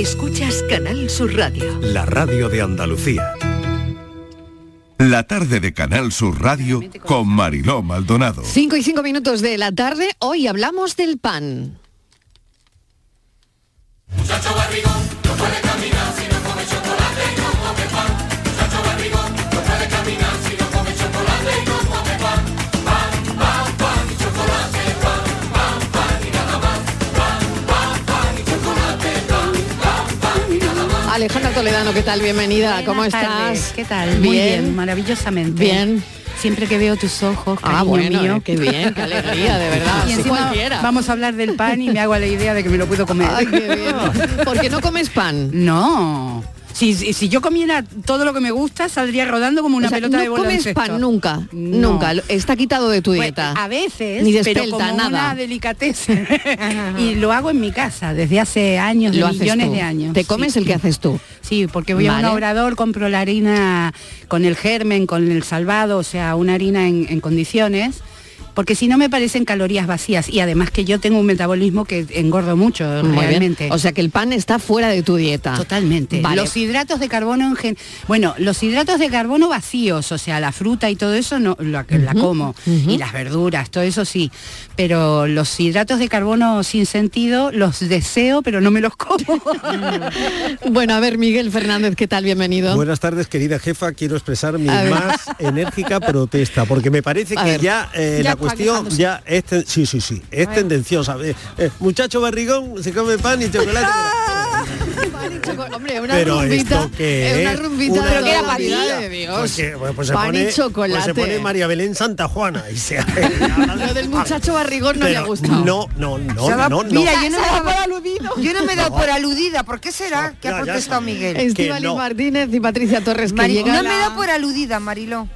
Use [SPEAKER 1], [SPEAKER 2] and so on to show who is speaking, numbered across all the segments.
[SPEAKER 1] Escuchas Canal Sur Radio.
[SPEAKER 2] La radio de Andalucía. La tarde de Canal Sur Radio con Mariló Maldonado.
[SPEAKER 3] 5 y 5 minutos de la tarde, hoy hablamos del pan.
[SPEAKER 4] Muchacho barrigón, no puede caminar si no come chocolate y no come pan. Muchacho barrigón, no puede caminar si no come chocolate y no come pan. Pan, pan, pan y chocolate, pan, pan, pan y nada más. Pan, pan, pan y chocolate, pan, pan, pan y nada más.
[SPEAKER 3] Alejandra Toledano, ¿qué tal? Bienvenida,
[SPEAKER 5] Buenas
[SPEAKER 3] ¿cómo
[SPEAKER 5] tardes,
[SPEAKER 3] estás?
[SPEAKER 5] ¿Qué tal?
[SPEAKER 3] Bien.
[SPEAKER 5] Muy bien, maravillosamente.
[SPEAKER 3] Bien.
[SPEAKER 5] Siempre que veo tus ojos,
[SPEAKER 3] Ah,
[SPEAKER 5] cariño
[SPEAKER 3] bueno,
[SPEAKER 5] mío.
[SPEAKER 3] eh, qué bien, qué alegría, de verdad,
[SPEAKER 5] Y
[SPEAKER 3] así
[SPEAKER 5] encima
[SPEAKER 3] cualquiera.
[SPEAKER 5] vamos a hablar del pan y me hago a la idea de que me lo puedo comer.
[SPEAKER 3] Porque no comes pan.
[SPEAKER 5] No. Si, si, si yo comiera todo lo que me gusta, saldría rodando como una
[SPEAKER 3] O sea,
[SPEAKER 5] pelota
[SPEAKER 3] no
[SPEAKER 5] de
[SPEAKER 3] comes
[SPEAKER 5] baloncesto.
[SPEAKER 3] pan nunca,
[SPEAKER 5] No.
[SPEAKER 3] nunca. lo- Está quitado de tu
[SPEAKER 5] Pues,
[SPEAKER 3] dieta.
[SPEAKER 5] a veces,
[SPEAKER 3] Ni de
[SPEAKER 5] pero
[SPEAKER 3] espelta,
[SPEAKER 5] como
[SPEAKER 3] nada.
[SPEAKER 5] una delicatessen. y lo hago en mi casa desde hace años,
[SPEAKER 3] Lo haces
[SPEAKER 5] millones
[SPEAKER 3] tú.
[SPEAKER 5] de años.
[SPEAKER 3] Te comes el que haces tú.
[SPEAKER 5] Sí, porque voy a
[SPEAKER 3] Vale.
[SPEAKER 5] un obrador, compro la harina con el germen, con el salvado, o sea, una harina en, en condiciones, porque si no me parecen calorías vacías y además que yo tengo un metabolismo que engordo mucho
[SPEAKER 3] Muy bien.
[SPEAKER 5] realmente.
[SPEAKER 3] O sea que el pan está fuera de tu dieta.
[SPEAKER 5] Totalmente.
[SPEAKER 3] Vale.
[SPEAKER 5] Los hidratos de carbono en gen- bueno, los hidratos de carbono vacíos, o sea, la fruta y todo eso no la, la como y las verduras, todo eso sí, pero los hidratos de carbono sin sentido los deseo, pero no me los como.
[SPEAKER 3] Bueno, a ver, Miguel Fernández, ¿qué tal? Bienvenido.
[SPEAKER 6] Buenas tardes, querida jefa. Quiero expresar mi
[SPEAKER 3] A ver.
[SPEAKER 6] más enérgica protesta, porque me parece
[SPEAKER 3] A
[SPEAKER 6] que
[SPEAKER 3] ver.
[SPEAKER 6] ya, eh,
[SPEAKER 3] Ya
[SPEAKER 6] la
[SPEAKER 3] está
[SPEAKER 6] cuestión
[SPEAKER 3] quejándose.
[SPEAKER 6] ya es ten- sí, sí, sí, es tendenciosa. Eh, eh, muchacho barrigón se come pan y chocolate.
[SPEAKER 3] Hombre, una
[SPEAKER 6] pero
[SPEAKER 3] rumbita.
[SPEAKER 6] esto que
[SPEAKER 3] eh, una rumbita de
[SPEAKER 6] que
[SPEAKER 3] toda la vida de Dios.
[SPEAKER 6] pues se
[SPEAKER 3] pan
[SPEAKER 6] pone,
[SPEAKER 3] y chocolate.
[SPEAKER 6] pues se pone María Belén Santa Juana y se hace-
[SPEAKER 3] Lo del muchacho barrigón no le ha
[SPEAKER 6] Pero
[SPEAKER 3] gustado.
[SPEAKER 6] No, no, no, no, no.
[SPEAKER 7] yo no me he dado por aludido. Yo no me he dado
[SPEAKER 6] No.
[SPEAKER 7] por aludida. ¿Por qué será que
[SPEAKER 6] ya,
[SPEAKER 7] ha
[SPEAKER 6] ya
[SPEAKER 7] protestado
[SPEAKER 6] sabía.
[SPEAKER 7] Miguel?
[SPEAKER 6] Es-
[SPEAKER 3] Estíbaliz
[SPEAKER 6] no.
[SPEAKER 3] Martínez y Patricia Torres que
[SPEAKER 7] Mari-
[SPEAKER 3] llegan.
[SPEAKER 7] no me he dado por aludida, Mariló.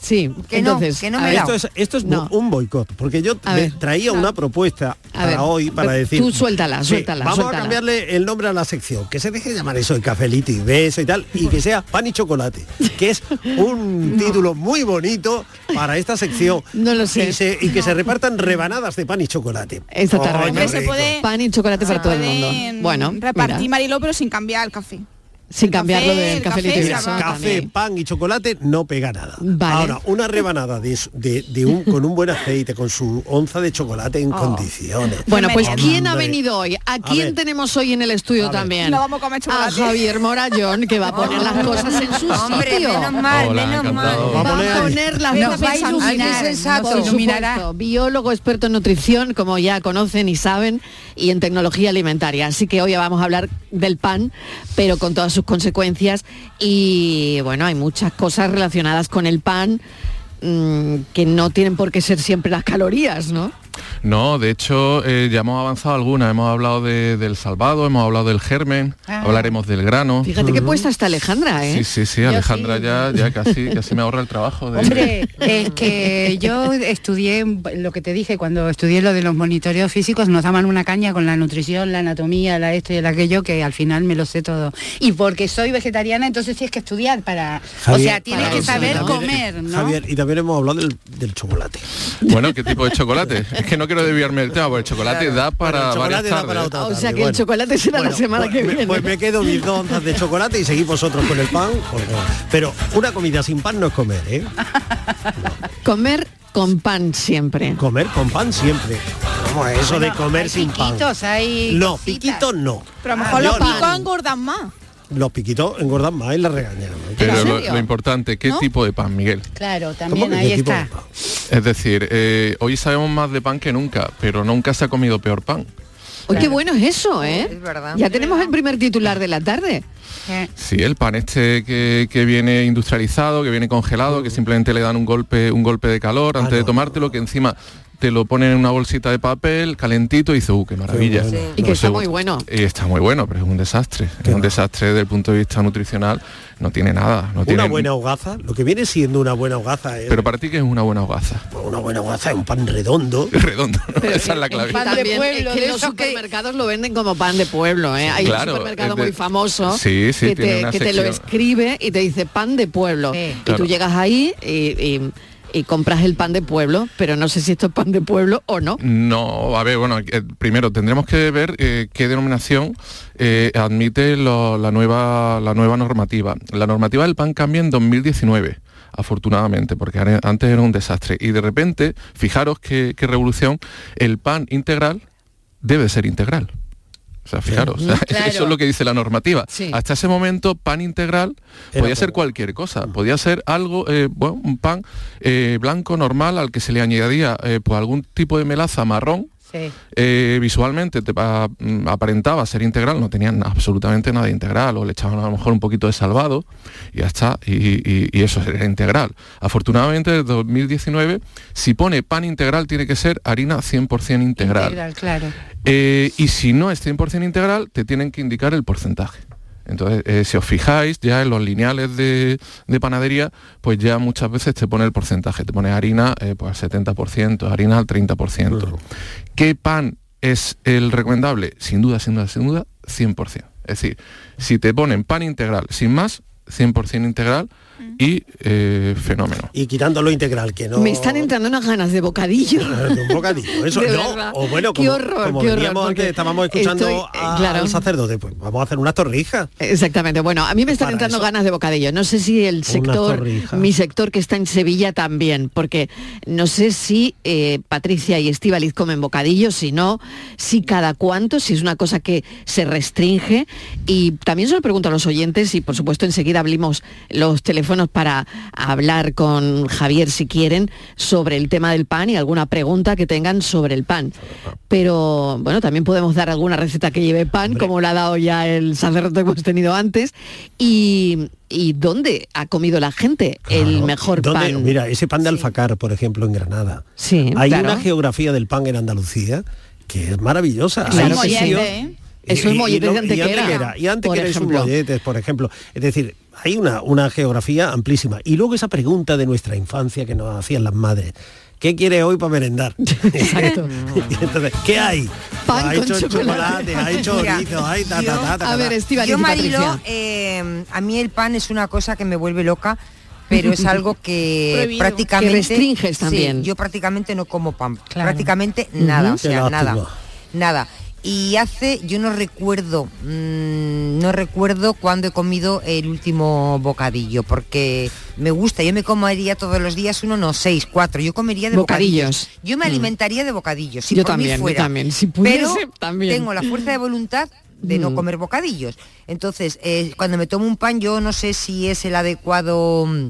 [SPEAKER 3] Sí,
[SPEAKER 7] Que no,
[SPEAKER 3] entonces.
[SPEAKER 7] que no
[SPEAKER 3] a
[SPEAKER 7] me
[SPEAKER 3] ver,
[SPEAKER 7] he
[SPEAKER 6] Ah, Esto es, esto es
[SPEAKER 3] No.
[SPEAKER 6] un boicot, porque yo
[SPEAKER 3] A
[SPEAKER 6] me
[SPEAKER 3] ver.
[SPEAKER 6] traía una propuesta para
[SPEAKER 3] ver,
[SPEAKER 6] hoy para
[SPEAKER 3] pero
[SPEAKER 6] decir.
[SPEAKER 3] tú suéltala,
[SPEAKER 6] Sí,
[SPEAKER 3] suéltala,
[SPEAKER 6] Vamos
[SPEAKER 3] suéltala.
[SPEAKER 6] a cambiarle el nombre a la sección, que se deje de llamar eso de cafelito y beso y tal, y que sea pan y chocolate, que es un título muy bonito para esta sección.
[SPEAKER 3] No lo sé.
[SPEAKER 6] Y, se- y que se repartan rebanadas de pan y chocolate.
[SPEAKER 3] Esta
[SPEAKER 6] Ay,
[SPEAKER 3] tarde.
[SPEAKER 6] qué
[SPEAKER 8] Hombre, se
[SPEAKER 6] rico.
[SPEAKER 8] puede-
[SPEAKER 3] Pan y chocolate para todo el mundo.
[SPEAKER 8] Pueden
[SPEAKER 3] Bueno,
[SPEAKER 8] repartir
[SPEAKER 3] mira,
[SPEAKER 8] Mariló, pero sin cambiar el café.
[SPEAKER 3] sin cambiarlo
[SPEAKER 8] café,
[SPEAKER 3] del
[SPEAKER 8] el
[SPEAKER 3] café,
[SPEAKER 8] café y la
[SPEAKER 3] libre.
[SPEAKER 8] Eso
[SPEAKER 6] Café, pan y chocolate no pega nada.
[SPEAKER 3] Vale.
[SPEAKER 6] Ahora, una rebanada de, s- de- de un, con un buen aceite, con su onza de chocolate en condiciones.
[SPEAKER 3] Oh. Bueno, pues
[SPEAKER 6] Hombre.
[SPEAKER 3] ¿quién ha venido hoy? ¿A quién
[SPEAKER 6] ver.
[SPEAKER 3] tenemos hoy en el estudio
[SPEAKER 6] A ver.
[SPEAKER 3] también?
[SPEAKER 8] No vamos a comer chocolate.
[SPEAKER 3] Javier Morayón, que va a poner las cosas en su
[SPEAKER 7] Hombre,
[SPEAKER 3] sitio.
[SPEAKER 7] menos mal,
[SPEAKER 9] Hola,
[SPEAKER 7] menos
[SPEAKER 9] encantado.
[SPEAKER 7] mal.
[SPEAKER 3] Va
[SPEAKER 6] Vamos a
[SPEAKER 3] a
[SPEAKER 6] leer.
[SPEAKER 3] poner las
[SPEAKER 5] Nos
[SPEAKER 3] cosas
[SPEAKER 5] va a
[SPEAKER 3] en su
[SPEAKER 5] iluminar,
[SPEAKER 3] sitio.
[SPEAKER 5] nos
[SPEAKER 3] Sensato.
[SPEAKER 5] iluminará.
[SPEAKER 3] Por supuesto, biólogo experto en nutrición, como ya conocen y saben, y en tecnología alimentaria. Así que hoy vamos a hablar del pan, pero con todas sus consecuencias. Y bueno, hay muchas cosas relacionadas con el pan mm, que no tienen por qué ser siempre las calorías, ¿no?
[SPEAKER 9] No, de hecho eh, ya hemos avanzado algunas. Hemos hablado de- del salvado, hemos hablado del germen,
[SPEAKER 5] Ah.
[SPEAKER 9] hablaremos del grano.
[SPEAKER 3] Fíjate que puesta está Alejandra, ¿eh?
[SPEAKER 9] Sí, sí, sí, Alejandra ya, ya casi, casi me ahorra el trabajo de...
[SPEAKER 5] Hombre, es que yo estudié lo que te dije cuando estudié lo de los monitoreos físicos, nos daban una caña con la nutrición, la anatomía, la esto y el aquello, que al final me lo sé todo. Y porque soy vegetariana, entonces tienes que estudiar para. o
[SPEAKER 6] Javier,
[SPEAKER 5] sea, tienes
[SPEAKER 9] claro,
[SPEAKER 5] que
[SPEAKER 9] sí,
[SPEAKER 5] saber
[SPEAKER 6] también-
[SPEAKER 5] comer, ¿no?
[SPEAKER 6] Javier, y también hemos hablado del, del chocolate.
[SPEAKER 9] Bueno, ¿qué tipo de chocolate? Es que no quiero desviarme del tema, porque el chocolate da
[SPEAKER 6] Bueno,
[SPEAKER 9] para
[SPEAKER 6] el
[SPEAKER 9] varias
[SPEAKER 6] chocolate da
[SPEAKER 9] tardes.
[SPEAKER 6] para otra
[SPEAKER 3] Ah, o sea
[SPEAKER 6] tarde,
[SPEAKER 3] que el chocolate será la semana
[SPEAKER 6] pues
[SPEAKER 3] que
[SPEAKER 6] me-
[SPEAKER 3] viene.
[SPEAKER 6] Pues me quedo mis dos onzas de chocolate y seguís vosotros con el pan. porque- Pero una comida sin pan no es comer, ¿eh?
[SPEAKER 3] Comer con pan siempre.
[SPEAKER 6] Comer con pan siempre. ¿Cómo es eso de comer
[SPEAKER 5] Hay
[SPEAKER 6] sin pan?
[SPEAKER 5] piquitos, hay
[SPEAKER 6] No,
[SPEAKER 5] cositas.
[SPEAKER 6] piquitos no.
[SPEAKER 8] Pero a
[SPEAKER 3] Ah,
[SPEAKER 8] lo mejor
[SPEAKER 6] Yo
[SPEAKER 8] los
[SPEAKER 6] no.
[SPEAKER 8] picos engordan más.
[SPEAKER 6] Los piquitos engordan más y la regañan. ¿eh?
[SPEAKER 9] Pero
[SPEAKER 8] ¿En
[SPEAKER 9] lo,
[SPEAKER 8] serio?
[SPEAKER 9] lo importante, ¿qué
[SPEAKER 8] ¿No?
[SPEAKER 9] tipo de pan, Miguel?
[SPEAKER 5] Claro,
[SPEAKER 6] ¿Cómo
[SPEAKER 5] también
[SPEAKER 6] que
[SPEAKER 5] ahí
[SPEAKER 6] qué tipo de
[SPEAKER 5] está.
[SPEAKER 6] pan?
[SPEAKER 9] Es decir, eh, hoy sabemos más de pan que nunca, pero nunca se ha comido peor pan.
[SPEAKER 3] Oye, qué bueno es eso, ¿eh?
[SPEAKER 7] Es verdad.
[SPEAKER 3] Ya tenemos el primer titular de la tarde.
[SPEAKER 5] Eh,
[SPEAKER 9] Sí, el pan este que, que viene industrializado, que viene congelado, que simplemente le dan un golpe, un golpe de calor antes de
[SPEAKER 6] Ah, no.
[SPEAKER 9] tomártelo, que encima te lo ponen en una bolsita de papel calentito y dices, ¡uh, qué maravilla!
[SPEAKER 6] Qué bueno.
[SPEAKER 3] Y que
[SPEAKER 9] No,
[SPEAKER 3] está
[SPEAKER 9] eso-
[SPEAKER 3] muy bueno.
[SPEAKER 9] Y está muy bueno, pero es un desastre. Es un desastre desde el punto de vista nutricional. No tiene nada. No tiene,
[SPEAKER 6] Una buena hogaza, lo que viene siendo una buena hogaza es... pues,
[SPEAKER 9] Pero para ti que es una buena hogaza.
[SPEAKER 6] una buena hogaza es un pan redondo.
[SPEAKER 9] Es redondo. Esa es la clave.
[SPEAKER 5] pan de pueblo,
[SPEAKER 3] es que
[SPEAKER 5] de
[SPEAKER 3] los
[SPEAKER 5] esos que-
[SPEAKER 3] supermercados lo venden como pan de pueblo, ¿eh? Hay
[SPEAKER 9] claro,
[SPEAKER 3] un supermercado
[SPEAKER 9] es de-
[SPEAKER 3] muy famoso
[SPEAKER 9] Sí, sí,
[SPEAKER 3] que,
[SPEAKER 9] tiene
[SPEAKER 3] te,
[SPEAKER 9] una
[SPEAKER 3] que te lo
[SPEAKER 9] sección.
[SPEAKER 3] escribe y te dice pan de pueblo.
[SPEAKER 5] Sí.
[SPEAKER 3] Y
[SPEAKER 9] Claro.
[SPEAKER 3] tú llegas ahí y, y- y compras el pan de pueblo, pero no sé si esto es pan de pueblo o no.
[SPEAKER 9] No, a ver, bueno, eh, primero tendremos que ver eh, qué denominación eh, admite lo- la, nueva, la nueva normativa. La normativa del PAN cambia en 2019 afortunadamente, porque are- antes era un desastre. Y de repente, fijaros qué, qué revolución, el pan integral debe ser integral. O sea, fijaros, o sea,
[SPEAKER 10] Claro.
[SPEAKER 9] eso es lo que dice la normativa.
[SPEAKER 10] Sí.
[SPEAKER 9] Hasta ese momento, pan integral podía ser cualquier cosa, podía ser algo, eh, bueno, un pan eh, blanco normal al que se le añadía eh, pues, algún tipo de melaza marrón,
[SPEAKER 5] Sí.
[SPEAKER 9] eh, visualmente te, pa- mm, aparentaba ser integral, no tenían absolutamente nada de integral, o le echaban a lo mejor un poquito de salvado y ya está, y, y- y eso era integral. Afortunadamente, desde 2019, si pone pan integral, tiene que ser harina 100% integral.
[SPEAKER 5] Integral, claro.
[SPEAKER 9] Eh, y si no es 100% integral, te tienen que indicar el porcentaje. Entonces, eh, si os fijáis, ya en los lineales de, de panadería, pues ya muchas veces te pone el porcentaje, te pone harina eh, pues al 70%, harina al 30%. ¿Qué pan es el recomendable? Sin duda, sin duda, sin duda, 100%. Es decir, si te ponen pan integral, sin más, 100% integral y eh, fenómeno.
[SPEAKER 6] Y quitando lo integral, que no...
[SPEAKER 3] Mm.
[SPEAKER 6] Ah,
[SPEAKER 3] Me están entrando unas ganas de bocadillo.
[SPEAKER 6] Un bocadillo, eso
[SPEAKER 3] De
[SPEAKER 6] no.
[SPEAKER 3] verdad.
[SPEAKER 6] O bueno, como,
[SPEAKER 3] qué horror,
[SPEAKER 6] como
[SPEAKER 3] qué horror,
[SPEAKER 6] veníamos
[SPEAKER 3] porque
[SPEAKER 6] antes, estábamos escuchando
[SPEAKER 3] estoy- eh,
[SPEAKER 6] a-
[SPEAKER 3] claro.
[SPEAKER 6] al sacerdote, pues vamos a hacer unas torrijas.
[SPEAKER 3] Exactamente. Bueno, a mí me están entrando ganas de bocadillo. No sé si el sector,
[SPEAKER 6] torrijas.
[SPEAKER 3] mi sector que está en Sevilla también, porque no sé si eh, Patricia y Estíbaliz comen bocadillo, si no, si cada cuánto, si es una cosa que se restringe. Y también se lo pregunto a los oyentes y por supuesto enseguida abrimos los teléfonos para hablar con Javier si quieren sobre el tema del pan y alguna pregunta que tengan sobre el pan. Pero bueno, también podemos dar alguna receta que lleve pan, como la ha dado ya el sacerdote que hemos tenido antes. Y, y dónde ha comido la gente el mejor
[SPEAKER 6] ¿Dónde?
[SPEAKER 3] pan.
[SPEAKER 6] Mira, ese pan de Alfacar, por ejemplo, en Granada.
[SPEAKER 3] Sí,
[SPEAKER 6] Hay
[SPEAKER 3] claro.
[SPEAKER 6] una geografía del pan en Andalucía que es maravillosa.
[SPEAKER 3] Claro
[SPEAKER 6] Hay
[SPEAKER 3] que sí.
[SPEAKER 6] sitios-
[SPEAKER 3] ¿eh? Es un
[SPEAKER 6] Y- y-
[SPEAKER 3] mollete
[SPEAKER 6] y
[SPEAKER 3] de
[SPEAKER 6] no- y
[SPEAKER 3] Antequera,
[SPEAKER 6] Y antes
[SPEAKER 3] por
[SPEAKER 6] que era un
[SPEAKER 3] ejemplo.
[SPEAKER 6] mollete, por ejemplo. Es decir, hay una, una geografía amplísima. Y luego esa pregunta de nuestra infancia que nos hacían las madres. ¿Qué quieres hoy para merendar?
[SPEAKER 3] Exacto.
[SPEAKER 6] Entonces, ¿qué hay? Pues
[SPEAKER 3] Pan
[SPEAKER 6] ha
[SPEAKER 3] con
[SPEAKER 6] hecho
[SPEAKER 3] chocolate.
[SPEAKER 6] chocolate, ha hecho
[SPEAKER 7] Mira,
[SPEAKER 6] chorizo, hay ta, ta, ta, ta, ta.
[SPEAKER 7] Yo, Marilo, eh, a mí el pan es una cosa que me vuelve loca, pero es algo que
[SPEAKER 3] Prohibido.
[SPEAKER 7] prácticamente...
[SPEAKER 3] Que restringes
[SPEAKER 7] Sí,
[SPEAKER 3] también.
[SPEAKER 7] yo prácticamente no como pan, prácticamente nada,
[SPEAKER 3] Ujú.
[SPEAKER 7] o
[SPEAKER 3] Qué
[SPEAKER 7] sea, nada,
[SPEAKER 3] lástima.
[SPEAKER 7] nada. Y hace, yo no recuerdo, mm, no recuerdo cuándo he comido el último bocadillo, porque me gusta, yo me comería todos los días uno, no, seis, cuatro, yo comería de bocadillos.
[SPEAKER 3] Bocadillos.
[SPEAKER 7] Yo me
[SPEAKER 3] Mm.
[SPEAKER 7] alimentaría de bocadillos, si
[SPEAKER 3] Yo
[SPEAKER 7] por mí
[SPEAKER 3] también, yo
[SPEAKER 7] fuera.
[SPEAKER 3] también, si pudiese,
[SPEAKER 7] Pero
[SPEAKER 3] también.
[SPEAKER 7] tengo la fuerza de voluntad de no
[SPEAKER 3] Mm.
[SPEAKER 7] comer bocadillos. Entonces, eh, cuando me tomo un pan, yo no sé si es el adecuado mm,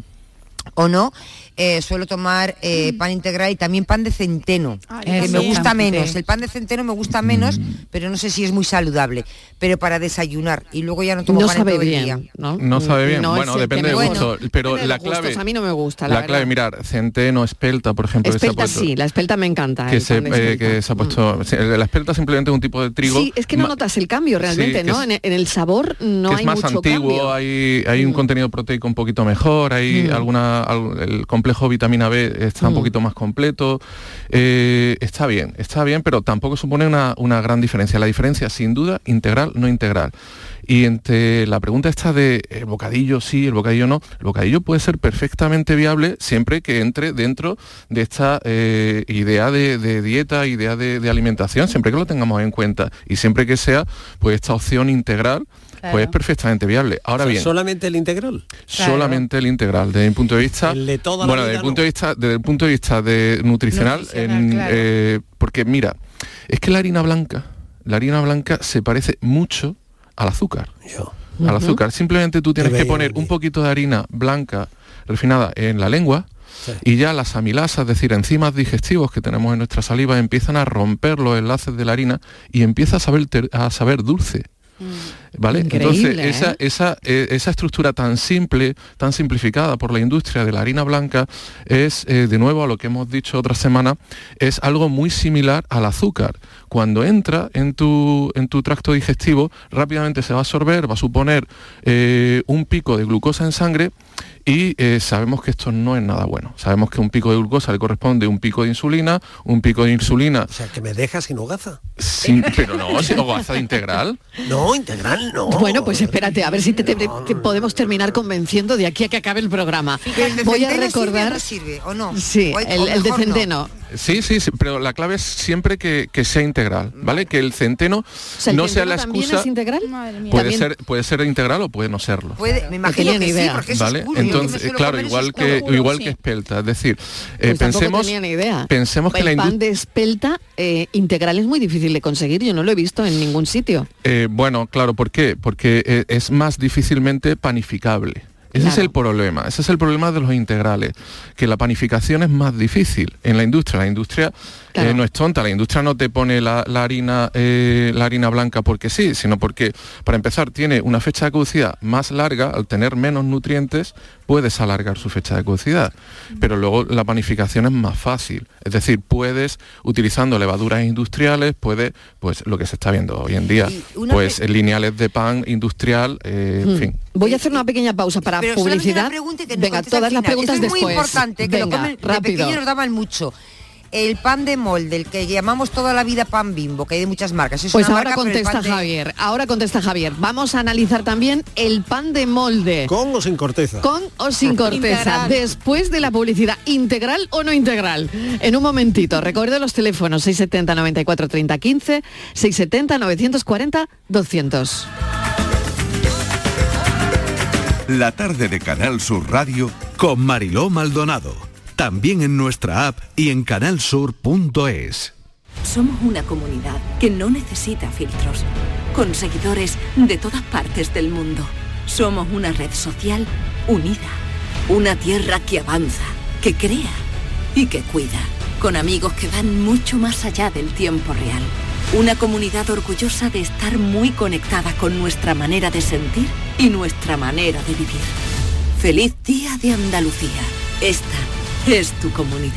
[SPEAKER 7] o no. Eh, suelo tomar
[SPEAKER 3] Mm.
[SPEAKER 7] eh, pan integral y también pan de centeno,
[SPEAKER 3] Ah,
[SPEAKER 8] Ay,
[SPEAKER 7] que me
[SPEAKER 8] también.
[SPEAKER 7] gusta menos.
[SPEAKER 8] Sí.
[SPEAKER 7] El pan de centeno me
[SPEAKER 3] Mm.
[SPEAKER 7] gusta menos, pero no sé si es muy saludable. Pero para desayunar y luego ya no tomo
[SPEAKER 3] No
[SPEAKER 7] pan en
[SPEAKER 3] sabe
[SPEAKER 7] todo el
[SPEAKER 3] bien,
[SPEAKER 7] día.
[SPEAKER 3] ¿no?
[SPEAKER 9] No sabe bien.
[SPEAKER 3] Mm, No es
[SPEAKER 9] bueno,
[SPEAKER 3] el
[SPEAKER 9] depende
[SPEAKER 3] que
[SPEAKER 9] del
[SPEAKER 3] me
[SPEAKER 9] gusto.
[SPEAKER 3] gusta.
[SPEAKER 9] Pero
[SPEAKER 3] Depende de
[SPEAKER 9] la
[SPEAKER 3] los gustos.
[SPEAKER 9] clave.
[SPEAKER 3] A mí no me gusta, la
[SPEAKER 9] la, clave,
[SPEAKER 3] verdad.
[SPEAKER 9] mirar, centeno, espelta, por ejemplo. que se ha
[SPEAKER 3] Espelta
[SPEAKER 9] puesto-
[SPEAKER 3] sí, la espelta me encanta.
[SPEAKER 9] que
[SPEAKER 3] el
[SPEAKER 9] se,
[SPEAKER 3] pan de
[SPEAKER 9] eh, que se ha puesto sí, la espelta simplemente es un tipo de trigo
[SPEAKER 3] Mm. Sí, es que no
[SPEAKER 9] ma-
[SPEAKER 3] notas el cambio realmente,
[SPEAKER 9] que
[SPEAKER 3] ¿no?
[SPEAKER 9] es-
[SPEAKER 3] en, el- en el sabor no
[SPEAKER 9] que
[SPEAKER 3] hay
[SPEAKER 9] es más
[SPEAKER 3] mucho
[SPEAKER 9] antiguo
[SPEAKER 3] cambio.
[SPEAKER 9] hay, hay un contenido proteico un poquito mejor hay
[SPEAKER 3] Mm.
[SPEAKER 9] alguna al- el complejo vitamina B está un poquito más completo eh, está bien está bien pero tampoco supone una, una gran diferencia la diferencia sin duda integral no integral y entre la pregunta esta de el bocadillo sí, el bocadillo no, el bocadillo puede ser perfectamente viable siempre que entre dentro de esta eh, idea de, de dieta, idea de, de alimentación, siempre que lo tengamos en cuenta y siempre que sea pues esta opción integral, pues es perfectamente viable. Ahora
[SPEAKER 6] O sea,
[SPEAKER 9] bien,
[SPEAKER 6] Solamente el integral.
[SPEAKER 9] solamente el integral desde mi punto de vista
[SPEAKER 6] toda la
[SPEAKER 9] bueno
[SPEAKER 6] vida,
[SPEAKER 9] desde el punto de vista desde el punto de vista de nutricional,
[SPEAKER 6] Nutricional,
[SPEAKER 9] en,
[SPEAKER 6] claro.
[SPEAKER 9] eh, porque mira es que la harina blanca la harina blanca se parece mucho al azúcar al
[SPEAKER 10] Ujú.
[SPEAKER 9] azúcar simplemente tú tienes que
[SPEAKER 10] veía
[SPEAKER 9] poner un poquito de harina blanca refinada en la lengua y ya las amilasas, es decir, enzimas digestivos que tenemos en nuestra saliva, empiezan a romper los enlaces de la harina y empieza a saber, ter- a saber dulce. ¿Vale? Entonces,
[SPEAKER 10] Increíble,
[SPEAKER 9] esa,
[SPEAKER 10] ¿eh?
[SPEAKER 9] esa, eh, esa estructura tan simple, tan simplificada por la industria de la harina blanca, es, eh, de nuevo a lo que hemos dicho otra semana, es algo muy similar al azúcar. cuando entra en tu, en tu tracto digestivo, rápidamente se va a absorber, va a suponer eh, un pico de glucosa en sangre y eh, sabemos que esto no es nada bueno. Sabemos que un pico de glucosa le corresponde un pico de insulina, un pico de insulina...
[SPEAKER 6] O sea, que me deja sin hogaza.
[SPEAKER 9] Sin, pero no, sin hogaza integral.
[SPEAKER 6] No, integral no.
[SPEAKER 3] Bueno, pues espérate, a ver si te, te- te podemos terminar convenciendo de aquí a que acabe el programa. Voy a recordar...
[SPEAKER 7] sirve, o no?
[SPEAKER 3] Sí,
[SPEAKER 7] O- o
[SPEAKER 3] el, el
[SPEAKER 7] mejor
[SPEAKER 3] de
[SPEAKER 7] no.
[SPEAKER 3] centeno.
[SPEAKER 9] Sí, sí, sí, pero la clave es siempre que, que sea integral, ¿vale? Que el centeno
[SPEAKER 3] O sea, ¿el
[SPEAKER 9] no sea
[SPEAKER 3] centeno
[SPEAKER 9] la
[SPEAKER 3] también
[SPEAKER 9] excusa.
[SPEAKER 3] es integral?
[SPEAKER 8] Madre mía.
[SPEAKER 9] Puede
[SPEAKER 3] También-
[SPEAKER 9] ser, puede ser integral o puede no serlo.
[SPEAKER 7] Puede, me imagino
[SPEAKER 3] tenía ni
[SPEAKER 7] que sí,
[SPEAKER 3] idea.
[SPEAKER 7] porque es
[SPEAKER 9] ¿Vale?
[SPEAKER 7] oscuro, yo que me
[SPEAKER 9] Entonces,
[SPEAKER 7] suelo
[SPEAKER 9] claro,
[SPEAKER 7] comer es
[SPEAKER 9] igual
[SPEAKER 7] oscuro.
[SPEAKER 9] que
[SPEAKER 8] oscuro,
[SPEAKER 9] igual
[SPEAKER 8] sí.
[SPEAKER 9] que espelta, es decir, eh,
[SPEAKER 3] Pues tampoco
[SPEAKER 9] pensemos
[SPEAKER 3] tenía ni idea.
[SPEAKER 9] pensemos que
[SPEAKER 3] el
[SPEAKER 9] la
[SPEAKER 3] pan
[SPEAKER 9] industria
[SPEAKER 3] de espelta eh, integral es muy difícil de conseguir, yo no lo he visto en ningún sitio.
[SPEAKER 9] Eh, bueno, claro, ¿por qué? Porque eh, es más difícilmente panificable. Ese es
[SPEAKER 3] Claro.
[SPEAKER 9] el problema, ese es el problema de los integrales, que la panificación es más difícil en la industria. La industria
[SPEAKER 3] Claro.
[SPEAKER 9] eh, no es tonta, la industria no te pone la, la harina, eh, la harina blanca porque sí, sino porque, para empezar, tiene una fecha de caducidad más larga, al tener menos nutrientes, puedes alargar su fecha de caducidad. Pero luego la panificación es más fácil, es decir, puedes, utilizando levaduras industriales, puedes, pues lo que se está viendo hoy en día,
[SPEAKER 7] Y una
[SPEAKER 9] pues
[SPEAKER 7] pe-
[SPEAKER 9] eh, lineales de pan industrial, eh,
[SPEAKER 3] Mm.
[SPEAKER 9] en fin.
[SPEAKER 3] Voy a hacer una pequeña pausa para
[SPEAKER 7] Pero solamente
[SPEAKER 3] publicidad.
[SPEAKER 7] una pregunta y que nos
[SPEAKER 3] Venga,
[SPEAKER 7] conteste al
[SPEAKER 3] todas las
[SPEAKER 7] final.
[SPEAKER 3] preguntas
[SPEAKER 7] Esto es
[SPEAKER 3] después.
[SPEAKER 7] muy importante, que
[SPEAKER 3] Venga,
[SPEAKER 7] lo comen, de
[SPEAKER 3] rápido.
[SPEAKER 7] pequeño nos daban mucho. El pan de molde, el que llamamos toda la vida pan bimbo, que hay de muchas marcas. Es
[SPEAKER 3] Pues
[SPEAKER 7] una
[SPEAKER 3] ahora
[SPEAKER 7] marca, pero el
[SPEAKER 3] contesta
[SPEAKER 7] pan de-
[SPEAKER 3] Javier, ahora contesta Javier. Vamos a analizar también el pan de molde.
[SPEAKER 6] Con o sin corteza.
[SPEAKER 3] Con o sin corteza,
[SPEAKER 8] Integral.
[SPEAKER 3] después de la publicidad, integral o no integral. En un momentito, recuerda los teléfonos 670 94 30 15, 670 940 200.
[SPEAKER 2] La tarde de Canal Sur Radio con Mariló Maldonado. También en nuestra app y en canalsur.es.
[SPEAKER 1] Somos una comunidad que no necesita filtros, con seguidores de todas partes del mundo. Somos una red social unida, una tierra que avanza, que crea y que cuida, con amigos que van mucho más allá del tiempo real. Una comunidad orgullosa de estar muy conectada con nuestra manera de sentir y nuestra manera de vivir. Feliz Día de Andalucía. Esta es tu comunidad.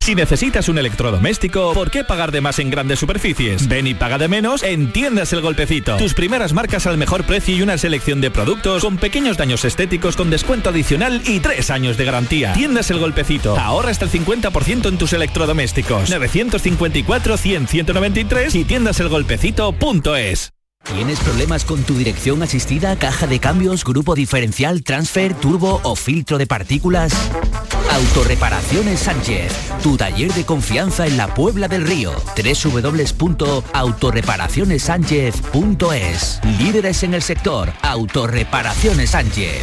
[SPEAKER 11] Si necesitas un electrodoméstico, ¿por qué pagar de más en grandes superficies? Ven y paga de menos en Tiendas El Golpecito. Tus primeras marcas al mejor precio y una selección de productos con pequeños daños estéticos con descuento adicional y tres años de garantía. Tiendas El Golpecito. Ahorra hasta el 50% en tus electrodomésticos. 954-100-193 y tiendaselgolpecito.es.
[SPEAKER 12] ¿Tienes problemas con tu dirección asistida, caja de cambios, grupo diferencial, transfer, turbo o filtro de partículas? Autorreparaciones Sánchez, tu taller de confianza en la Puebla del Río. www.autorreparacionessánchez.es Líderes en el sector, Autorreparaciones Sánchez.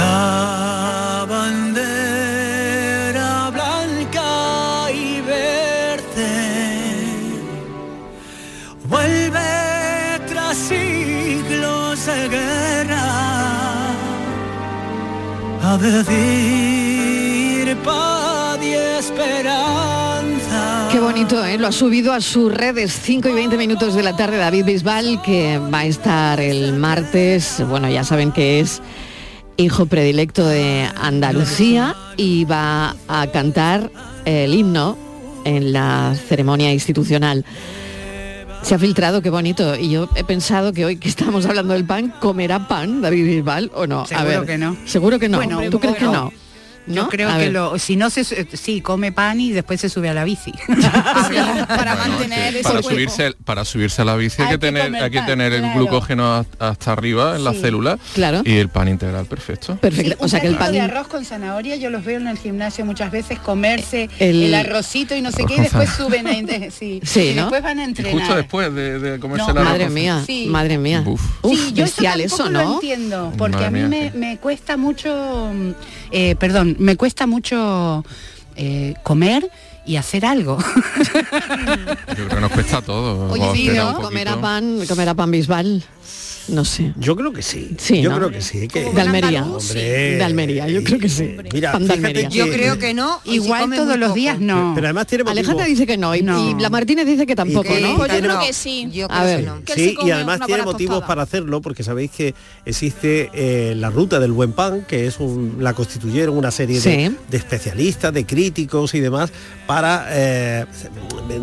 [SPEAKER 13] La bandera blanca y verde vuelve tras siglos de guerra a pedir paz y esperanza.
[SPEAKER 3] Qué bonito, ¿eh? Lo ha subido a sus redes 5 y 20 minutos de la tarde David Bisbal, que va a estar el martes, bueno, ya saben que es hijo predilecto de Andalucía y va a cantar el himno en la ceremonia institucional. Se ha filtrado, qué bonito. Y yo he pensado que hoy que estamos hablando del pan, ¿comerá pan David Bisbal o no?
[SPEAKER 5] Seguro que no.
[SPEAKER 3] Seguro que no.
[SPEAKER 5] Bueno,
[SPEAKER 3] ¿Tú crees
[SPEAKER 5] bueno.
[SPEAKER 3] que no?
[SPEAKER 5] Yo
[SPEAKER 3] ¿No?
[SPEAKER 5] creo
[SPEAKER 3] A
[SPEAKER 5] que
[SPEAKER 3] ver.
[SPEAKER 5] lo, si no se, su- sí, come pan y después se sube a la bici.
[SPEAKER 9] Bueno, es que
[SPEAKER 3] Eh,
[SPEAKER 9] para subirse para subirse a la bici hay, que tener
[SPEAKER 5] comer
[SPEAKER 9] hay que
[SPEAKER 5] pan,
[SPEAKER 9] tener el
[SPEAKER 5] claro.
[SPEAKER 9] glucógeno hasta- hasta arriba en las
[SPEAKER 5] Sí,
[SPEAKER 9] células
[SPEAKER 3] claro.
[SPEAKER 9] y el pan integral perfecto
[SPEAKER 3] perfecto
[SPEAKER 5] Un platito de arroz con zanahoria, yo los veo en el gimnasio muchas veces comerse
[SPEAKER 9] El-
[SPEAKER 5] el, arrocito y no sé
[SPEAKER 9] Arroz
[SPEAKER 5] qué, y
[SPEAKER 9] con
[SPEAKER 5] después
[SPEAKER 9] zanahoria.
[SPEAKER 5] suben a, sí,
[SPEAKER 3] Sí,
[SPEAKER 5] y
[SPEAKER 3] ¿no?
[SPEAKER 5] después van a
[SPEAKER 9] y
[SPEAKER 5] entrenar.
[SPEAKER 9] justo después de, de comerse
[SPEAKER 5] No,
[SPEAKER 9] la
[SPEAKER 3] madre mía,
[SPEAKER 5] Sí.
[SPEAKER 3] madre mía. Uf,
[SPEAKER 5] Sí, yo eso
[SPEAKER 3] bestial
[SPEAKER 5] tampoco
[SPEAKER 3] eso,
[SPEAKER 5] lo
[SPEAKER 3] ¿no?
[SPEAKER 5] entiendo, porque
[SPEAKER 3] Madre
[SPEAKER 5] a mí
[SPEAKER 3] mía,
[SPEAKER 5] me, me cuesta mucho, mm, eh, perdón, me cuesta mucho eh, comer y hacer algo.
[SPEAKER 9] yo creo que nos cuesta todo
[SPEAKER 3] Oye,
[SPEAKER 9] Vamos,
[SPEAKER 3] sí,
[SPEAKER 9] espera un
[SPEAKER 3] ¿no?
[SPEAKER 9] poquito.
[SPEAKER 3] ¿Comerá pan, comerá pan Bisbal? No sé.
[SPEAKER 6] Yo creo que sí.
[SPEAKER 3] Sí,
[SPEAKER 6] yo
[SPEAKER 3] ¿no?
[SPEAKER 6] creo que sí. Que...
[SPEAKER 3] De Almería.
[SPEAKER 6] Hombre.
[SPEAKER 3] De Almería, yo creo que sí.
[SPEAKER 6] Mira,
[SPEAKER 3] Pan de
[SPEAKER 6] fíjate
[SPEAKER 3] Almería.
[SPEAKER 6] que- Yo creo
[SPEAKER 5] que no, y si Igual come todos muy los poco. días no.
[SPEAKER 6] Pero además tiene motivo.
[SPEAKER 3] Alejandra dice que no y, y la Martínez dice que tampoco,
[SPEAKER 6] que
[SPEAKER 3] ¿no?
[SPEAKER 6] Pues yo creo no. que
[SPEAKER 8] sí.
[SPEAKER 7] Yo
[SPEAKER 3] A ver.
[SPEAKER 8] Que él se
[SPEAKER 6] Sí, y
[SPEAKER 8] come
[SPEAKER 6] además
[SPEAKER 8] una
[SPEAKER 6] tiene
[SPEAKER 8] buena
[SPEAKER 6] motivos
[SPEAKER 8] tostada.
[SPEAKER 6] para hacerlo, porque sabéis que existe eh, la ruta del buen pan, que es un- la constituyeron una serie de,
[SPEAKER 14] Sí.
[SPEAKER 6] de especialistas, de críticos y demás, para eh,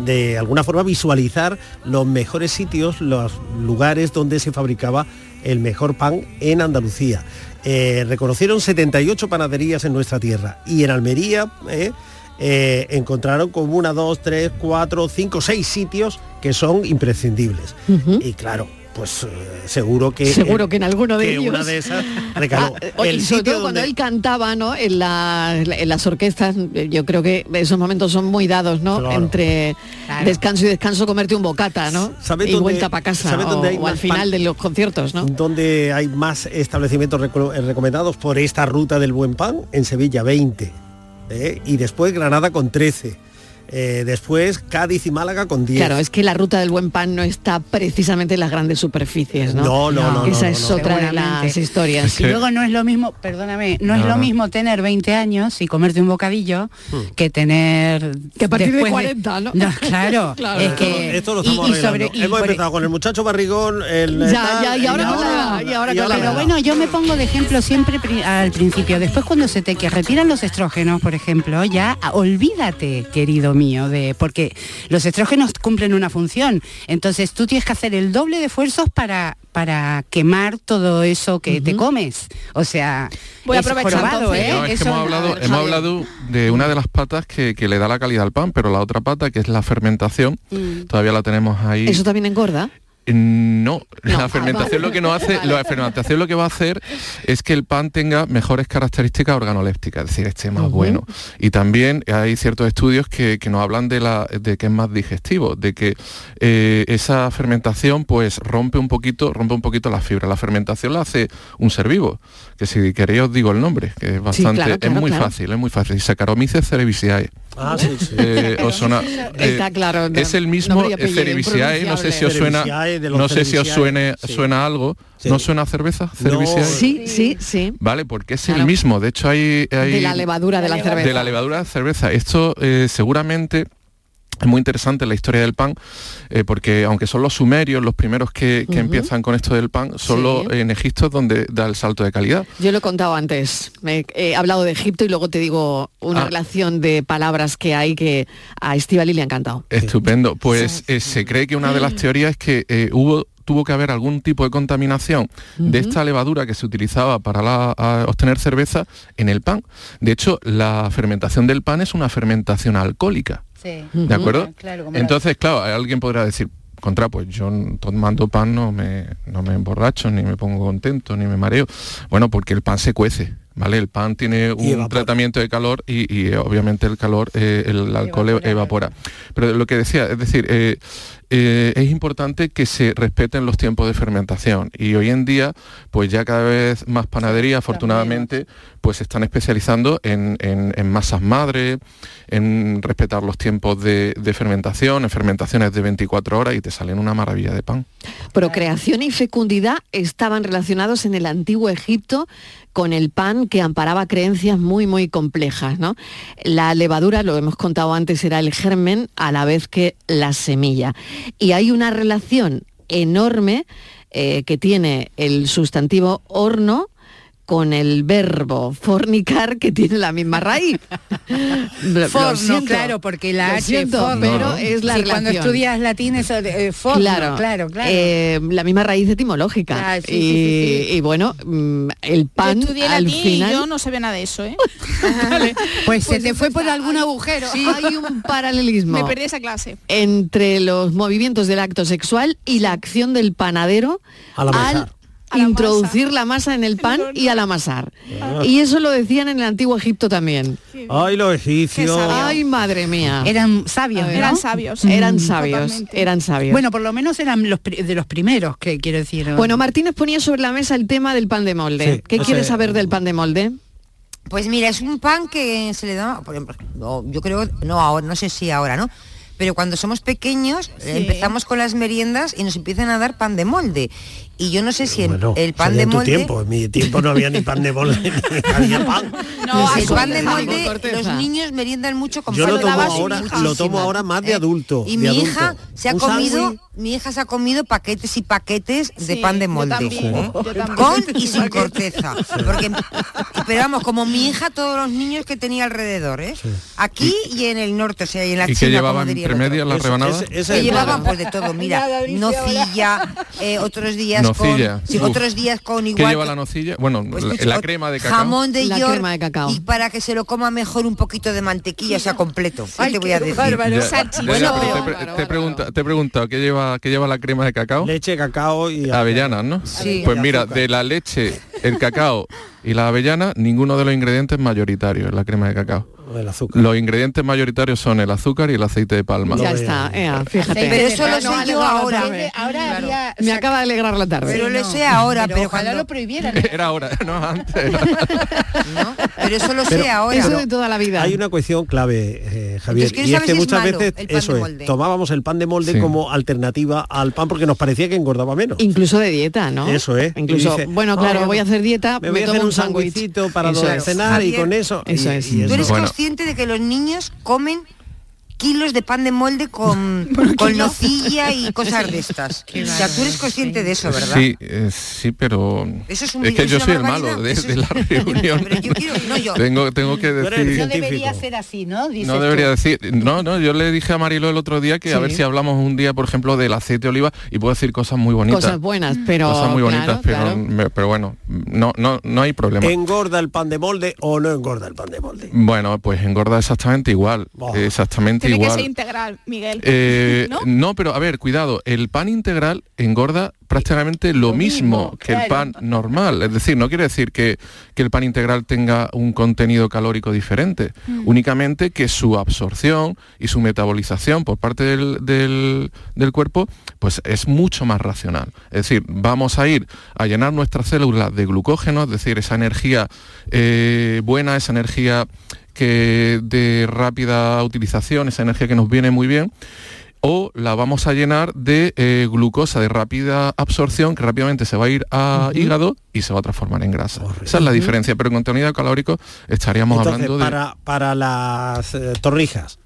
[SPEAKER 6] de alguna forma visualizar los mejores sitios, los lugares donde se fabricaba el mejor pan en Andalucía. Eh, reconocieron 78 panaderías en nuestra tierra y en Almería eh, eh, encontraron como una, dos, tres, cuatro, cinco, seis sitios que son imprescindibles. Y claro, pues eh, seguro que...
[SPEAKER 3] Seguro
[SPEAKER 6] eh,
[SPEAKER 3] que en alguno de
[SPEAKER 6] que
[SPEAKER 3] ellos.
[SPEAKER 6] una de esas recaló.
[SPEAKER 3] Ah, oye,
[SPEAKER 6] el
[SPEAKER 3] y sobre
[SPEAKER 6] sitio
[SPEAKER 3] todo cuando
[SPEAKER 6] donde-
[SPEAKER 3] él cantaba, ¿no? En, la- en las orquestas, eh, yo creo que esos momentos son muy dados, ¿no?
[SPEAKER 6] Claro.
[SPEAKER 3] Entre descanso y descanso, comerte un bocata, ¿no?
[SPEAKER 6] ¿Sabes
[SPEAKER 3] y
[SPEAKER 6] dónde-
[SPEAKER 3] vuelta para casa.
[SPEAKER 6] sabes
[SPEAKER 3] o,
[SPEAKER 6] dónde hay
[SPEAKER 3] o
[SPEAKER 6] más
[SPEAKER 3] al final
[SPEAKER 6] pan?
[SPEAKER 3] de los conciertos, ¿no?
[SPEAKER 6] donde hay más establecimientos reco- eh, recomendados por esta ruta del buen pan, en Sevilla 20, ¿eh? y después Granada con 13, eh, después Cádiz y Málaga con 10.
[SPEAKER 3] Claro, es que la ruta del buen pan no está precisamente en las grandes superficies, ¿no?
[SPEAKER 6] No, no, no, no,
[SPEAKER 3] Esa
[SPEAKER 6] no,
[SPEAKER 3] es
[SPEAKER 6] no.
[SPEAKER 3] otra de las
[SPEAKER 5] Seguramente.
[SPEAKER 3] historias.
[SPEAKER 5] Y luego no es lo mismo, perdóname, no, es
[SPEAKER 3] No,
[SPEAKER 5] lo
[SPEAKER 3] no.
[SPEAKER 5] mismo tener 20 años y comerte un bocadillo
[SPEAKER 6] Hmm.
[SPEAKER 5] que tener...
[SPEAKER 3] Que a partir de
[SPEAKER 5] después
[SPEAKER 3] 40, ¿no?
[SPEAKER 5] claro,
[SPEAKER 3] Claro.
[SPEAKER 5] es
[SPEAKER 6] Esto-
[SPEAKER 5] que...
[SPEAKER 6] esto lo
[SPEAKER 5] y-
[SPEAKER 6] estamos
[SPEAKER 5] y sobre-
[SPEAKER 6] arreglando.
[SPEAKER 5] y
[SPEAKER 6] Hemos
[SPEAKER 5] por-
[SPEAKER 6] empezado con el muchacho barrigón, el
[SPEAKER 5] Ya,
[SPEAKER 6] tal,
[SPEAKER 5] ya, y ahora
[SPEAKER 6] el
[SPEAKER 5] con
[SPEAKER 3] la- y ahora con la-
[SPEAKER 5] Pero bueno, yo me pongo de ejemplo siempre pri- al principio. Después cuando se te que retiran los estrógenos, por ejemplo, ya ah, olvídate, querido mío, de porque los estrógenos cumplen una función. Entonces tú tienes que hacer el doble de esfuerzos para para quemar todo eso que te comes. O sea,
[SPEAKER 8] Voy a
[SPEAKER 5] es
[SPEAKER 8] aprovechar
[SPEAKER 5] jorobado,
[SPEAKER 8] entonces.
[SPEAKER 5] ¿eh?
[SPEAKER 9] No, es que
[SPEAKER 5] Eso-
[SPEAKER 9] hemos hablado,
[SPEAKER 5] Javier.
[SPEAKER 9] hemos hablado de una de las patas que, que le da la calidad al pan, pero la otra pata, que es la fermentación, todavía la tenemos ahí.
[SPEAKER 3] Eso también engorda.
[SPEAKER 9] Mm, No, la fermentación lo que no hace, la fermentación lo que va a hacer es que el pan tenga mejores características organolépticas, es decir, esté más bueno. Y también hay ciertos estudios que, que nos hablan de, la, de que es más digestivo, de que eh, esa fermentación pues rompe un poquito, rompe un poquito las fibras. La fermentación la hace un ser vivo, que si queréis os digo el nombre, que es bastante,
[SPEAKER 3] claro, claro,
[SPEAKER 9] es muy
[SPEAKER 3] claro.
[SPEAKER 9] fácil, es muy fácil. Saccharomyces cerevisiae.
[SPEAKER 6] Ah, sí, sí.
[SPEAKER 9] Eh, os suena- eh,
[SPEAKER 3] Está claro.
[SPEAKER 9] es el mismo
[SPEAKER 3] nombre y apellido,
[SPEAKER 9] Cerevisiae, no sé si os suena,
[SPEAKER 6] Cerevisiae, de los
[SPEAKER 9] no sé si os
[SPEAKER 6] Cerevisiae,
[SPEAKER 9] suene, suena algo. ¿No suena a cerveza? Cerevisiae.
[SPEAKER 3] Sí, sí, sí.
[SPEAKER 9] Vale, porque es el mismo. De hecho, hay, hay-
[SPEAKER 3] De la levadura de la cerveza.
[SPEAKER 9] de la levadura de la cerveza. Esto eh, seguramente es muy interesante la historia del pan, eh, porque aunque son los sumerios los primeros que, que empiezan con esto del pan, son los eh, en Egipto donde da el salto de calidad.
[SPEAKER 3] Yo lo he contado antes. Me- he hablado de Egipto y luego te digo una
[SPEAKER 9] Ah.
[SPEAKER 3] relación de palabras que hay que a Estivali le ha encantado.
[SPEAKER 9] Estupendo. Pues eh, se cree que una de las teorías es que eh, hubo tuvo que haber algún tipo de contaminación de esta levadura que se utilizaba para la- a obtener cerveza en el pan. De hecho, la fermentación del pan es una fermentación alcohólica. ¿De acuerdo? Entonces, claro, alguien podrá decir, contra, pues yo n- tomando pan no me, no me emborracho, ni me pongo contento, ni me mareo. Bueno, porque el pan se cuece. ¿Vale? El pan tiene un tratamiento de calor y, y, eh, obviamente el calor, eh, el alcohol evapora. Pero lo que decía, es decir, eh, eh, es importante que se respeten los tiempos de fermentación y hoy en día, pues ya cada vez más panaderías, afortunadamente, pues se están especializando en, en- en masas madre, en respetar los tiempos de, de fermentación, en fermentaciones de 24 horas y te salen una maravilla de pan.
[SPEAKER 3] Procreación y fecundidad estaban relacionados en el antiguo Egipto con el pan que amparaba creencias muy muy complejas, ¿no? La levadura, lo hemos contado antes, era el germen a la vez que la semilla. Y hay una relación enorme eh, que tiene el sustantivo horno con el verbo fornicar que tiene la misma raíz. Lo- lo
[SPEAKER 5] Forno,
[SPEAKER 3] siento.
[SPEAKER 5] claro, porque la
[SPEAKER 3] Lo
[SPEAKER 5] H
[SPEAKER 3] siento,
[SPEAKER 5] forno.
[SPEAKER 3] pero es la
[SPEAKER 5] Sí, cuando
[SPEAKER 3] relación.
[SPEAKER 5] estudias latín eso de, eh, forno, claro, claro,
[SPEAKER 3] Eh, la misma raíz etimológica.
[SPEAKER 5] Ah, sí, sí,
[SPEAKER 3] y,
[SPEAKER 5] sí,
[SPEAKER 3] y bueno, mm, el pan
[SPEAKER 8] Estudié
[SPEAKER 3] al
[SPEAKER 8] latín
[SPEAKER 3] final.
[SPEAKER 8] y yo no sabía nada de eso, ¿eh?
[SPEAKER 5] Pues, se te fue por algún agujero.
[SPEAKER 3] Sí, hay un paralelismo.
[SPEAKER 8] Me perdí esa clase.
[SPEAKER 3] entre los movimientos del acto sexual y la acción del panadero
[SPEAKER 8] Al amasar.
[SPEAKER 3] al introducir la masa en el pan y al amasar.
[SPEAKER 6] Ah.
[SPEAKER 3] Y eso lo decían en el antiguo Egipto también.
[SPEAKER 6] Ay, los egipcios.
[SPEAKER 3] Ay, madre mía.
[SPEAKER 5] Eran sabios,
[SPEAKER 3] A ver,
[SPEAKER 5] Eran
[SPEAKER 3] ¿no?
[SPEAKER 5] sabios. Mm.
[SPEAKER 3] Eran sabios, eran sabios.
[SPEAKER 5] Bueno, por lo menos eran los pri- de los primeros, que quiero decir.
[SPEAKER 3] Bueno, Martínez ponía sobre la mesa el tema del pan de molde.
[SPEAKER 5] Sí,
[SPEAKER 3] ¿Qué
[SPEAKER 5] ese-
[SPEAKER 3] quieres saber del pan de molde?
[SPEAKER 7] Pues mira, es un pan que se le da, por ejemplo, no, yo creo, no ahora, no sé si ahora, ¿no? Pero cuando somos pequeños eh,
[SPEAKER 5] Sí.
[SPEAKER 7] empezamos con las meriendas y nos empiezan a dar pan de molde. Y yo no sé si el-
[SPEAKER 6] Bueno,
[SPEAKER 7] el pan
[SPEAKER 6] sería
[SPEAKER 7] de
[SPEAKER 6] en tu
[SPEAKER 7] molde...
[SPEAKER 6] tiempo. En mi tiempo no había ni pan de molde, ni había pan.
[SPEAKER 7] el pan de molde, los
[SPEAKER 6] corteza.
[SPEAKER 7] niños meriendan mucho con
[SPEAKER 6] Yo
[SPEAKER 7] pan
[SPEAKER 6] lo
[SPEAKER 7] de
[SPEAKER 6] tomo
[SPEAKER 7] molde.
[SPEAKER 6] ahora, lo tomo ahora más de adulto.
[SPEAKER 7] ¿Eh? Y
[SPEAKER 6] de
[SPEAKER 7] mi
[SPEAKER 6] adulto.
[SPEAKER 7] hija se ha
[SPEAKER 6] Un
[SPEAKER 7] comido,
[SPEAKER 6] sándwich,
[SPEAKER 7] mi hija se ha comido paquetes y paquetes de pan de
[SPEAKER 6] yo
[SPEAKER 7] molde,
[SPEAKER 6] también,
[SPEAKER 7] ¿eh?
[SPEAKER 6] yo también.
[SPEAKER 7] con y sin corteza. Porque, pero vamos, como mi hija, todos los niños que tenía alrededor, ¿eh? aquí y en el norte, o sea, y en la
[SPEAKER 9] ¿Y qué
[SPEAKER 7] China, como
[SPEAKER 9] llevaban
[SPEAKER 7] diría
[SPEAKER 9] entre
[SPEAKER 7] el otro.
[SPEAKER 9] medias las Ese- rebanadas? ese- ese
[SPEAKER 7] Que
[SPEAKER 9] es el
[SPEAKER 7] llevaban
[SPEAKER 9] problema.
[SPEAKER 7] pues de todo, mira, nocilla, eh, otros días
[SPEAKER 9] Nocilla,
[SPEAKER 7] con, sí,
[SPEAKER 9] uf.
[SPEAKER 7] otros días con
[SPEAKER 9] ¿Qué
[SPEAKER 7] igual.
[SPEAKER 9] lleva
[SPEAKER 7] que- Pues
[SPEAKER 9] la nocilla? Bueno, la, la crema de cacao.
[SPEAKER 7] Jamón de
[SPEAKER 3] La
[SPEAKER 7] york
[SPEAKER 3] crema de cacao.
[SPEAKER 7] y para que se lo coma mejor un poquito de mantequilla, o sea, completo. ¿Qué te voy a decir?
[SPEAKER 9] Ya, ya, ya, pero te, pre- te pregunta, te he preguntado, ¿qué lleva, qué lleva la crema de cacao?
[SPEAKER 6] Leche, cacao y
[SPEAKER 9] avellanas, ¿no?
[SPEAKER 7] Sí.
[SPEAKER 9] Pues
[SPEAKER 7] Y
[SPEAKER 9] mira, de la leche, el cacao y la avellana, ninguno de los ingredientes mayoritarios en la crema de cacao.
[SPEAKER 6] el azúcar.
[SPEAKER 9] Los ingredientes mayoritarios son el azúcar y el aceite de palma.
[SPEAKER 3] ya está, ea, fíjate.
[SPEAKER 7] Pero eso lo sé
[SPEAKER 5] No,
[SPEAKER 7] yo
[SPEAKER 5] no, no,
[SPEAKER 7] ahora.
[SPEAKER 5] depende, ahora había-
[SPEAKER 3] Me acaba de alegrar la tarde.
[SPEAKER 7] Pero lo sé ahora, pero,
[SPEAKER 5] ojalá
[SPEAKER 7] cuando-
[SPEAKER 5] lo prohibieran.
[SPEAKER 9] Era ahora, no ah, antes.
[SPEAKER 7] Pero eso lo
[SPEAKER 6] Pero-
[SPEAKER 7] sé ahora.
[SPEAKER 3] toda la vida.
[SPEAKER 6] Hay una cuestión clave, eh, Javier,
[SPEAKER 7] Entonces, ¿quieres
[SPEAKER 6] y es
[SPEAKER 7] saber si
[SPEAKER 6] que
[SPEAKER 7] es
[SPEAKER 6] muchas
[SPEAKER 7] malo
[SPEAKER 6] veces
[SPEAKER 7] el pan de
[SPEAKER 6] eso es,
[SPEAKER 7] molde?
[SPEAKER 6] tomábamos el pan de molde
[SPEAKER 9] Sí.
[SPEAKER 6] como alternativa al pan porque nos parecía que engordaba menos.
[SPEAKER 3] Incluso de dieta, ¿no?
[SPEAKER 6] Eso es.
[SPEAKER 3] Incluso,
[SPEAKER 6] Y dice,
[SPEAKER 3] bueno, claro,
[SPEAKER 6] "Ay,
[SPEAKER 3] voy a hacer dieta,
[SPEAKER 6] me voy a
[SPEAKER 3] tomo
[SPEAKER 6] hacer un
[SPEAKER 3] sándwich".
[SPEAKER 6] sándwichito para
[SPEAKER 3] Eso es.
[SPEAKER 6] cenar y con eso.
[SPEAKER 3] Eso
[SPEAKER 6] y-
[SPEAKER 3] es.
[SPEAKER 6] y
[SPEAKER 7] ¿Tú eres
[SPEAKER 6] Bueno.
[SPEAKER 7] consciente de que los niños comen kilos de pan de molde con, con nocilla y cosas de estas? O sea, tú eres consciente de eso, ¿verdad?
[SPEAKER 9] Sí, eh, sí, pero
[SPEAKER 7] Eso es un-
[SPEAKER 9] que
[SPEAKER 7] es
[SPEAKER 9] yo
[SPEAKER 7] una
[SPEAKER 9] soy el
[SPEAKER 7] barbaridad,
[SPEAKER 9] malo de,
[SPEAKER 7] eso es-
[SPEAKER 9] de la reunión. tengo, tengo que decir...
[SPEAKER 5] No debería ser así, ¿no? Dices
[SPEAKER 9] No
[SPEAKER 5] tú.
[SPEAKER 9] debería decir, no, no, yo le dije a Marilo el otro día que a
[SPEAKER 3] Sí.
[SPEAKER 9] ver si hablamos un día, por ejemplo, del aceite de oliva y puedo decir cosas muy bonitas.
[SPEAKER 3] Cosas buenas, pero
[SPEAKER 9] Cosas muy
[SPEAKER 3] claro,
[SPEAKER 9] bonitas, pero,
[SPEAKER 3] claro.
[SPEAKER 9] me- pero bueno, no, no, no hay problema.
[SPEAKER 6] ¿Engorda el pan de molde o no engorda el pan de molde?
[SPEAKER 9] Bueno, pues engorda exactamente igual. Exactamente
[SPEAKER 8] Tiene
[SPEAKER 9] igual.
[SPEAKER 8] que ser integral, Miguel.
[SPEAKER 9] Eh,
[SPEAKER 8] ¿No?
[SPEAKER 9] ¿No? pero a ver, cuidado, el pan integral engorda prácticamente lo, mismo, que el
[SPEAKER 8] claro.
[SPEAKER 9] pan normal. Es decir, no quiere decir que, que el pan integral tenga un contenido calórico diferente,
[SPEAKER 14] Mm.
[SPEAKER 9] únicamente que su absorción y su metabolización por parte del, del- del cuerpo pues es mucho más racional. Es decir, vamos a ir a llenar nuestras células de glucógeno, es decir, esa energía eh, buena, esa energía que de rápida utilización, esa energía que nos viene muy bien, o la vamos a llenar de eh, glucosa de rápida absorción que rápidamente se va a ir a hígado y se va a transformar en grasa. Esa es la
[SPEAKER 6] Ujú.
[SPEAKER 9] diferencia, pero en contenido calórico estaríamos
[SPEAKER 6] Entonces,
[SPEAKER 9] hablando de...
[SPEAKER 6] para, para las eh, torrijas,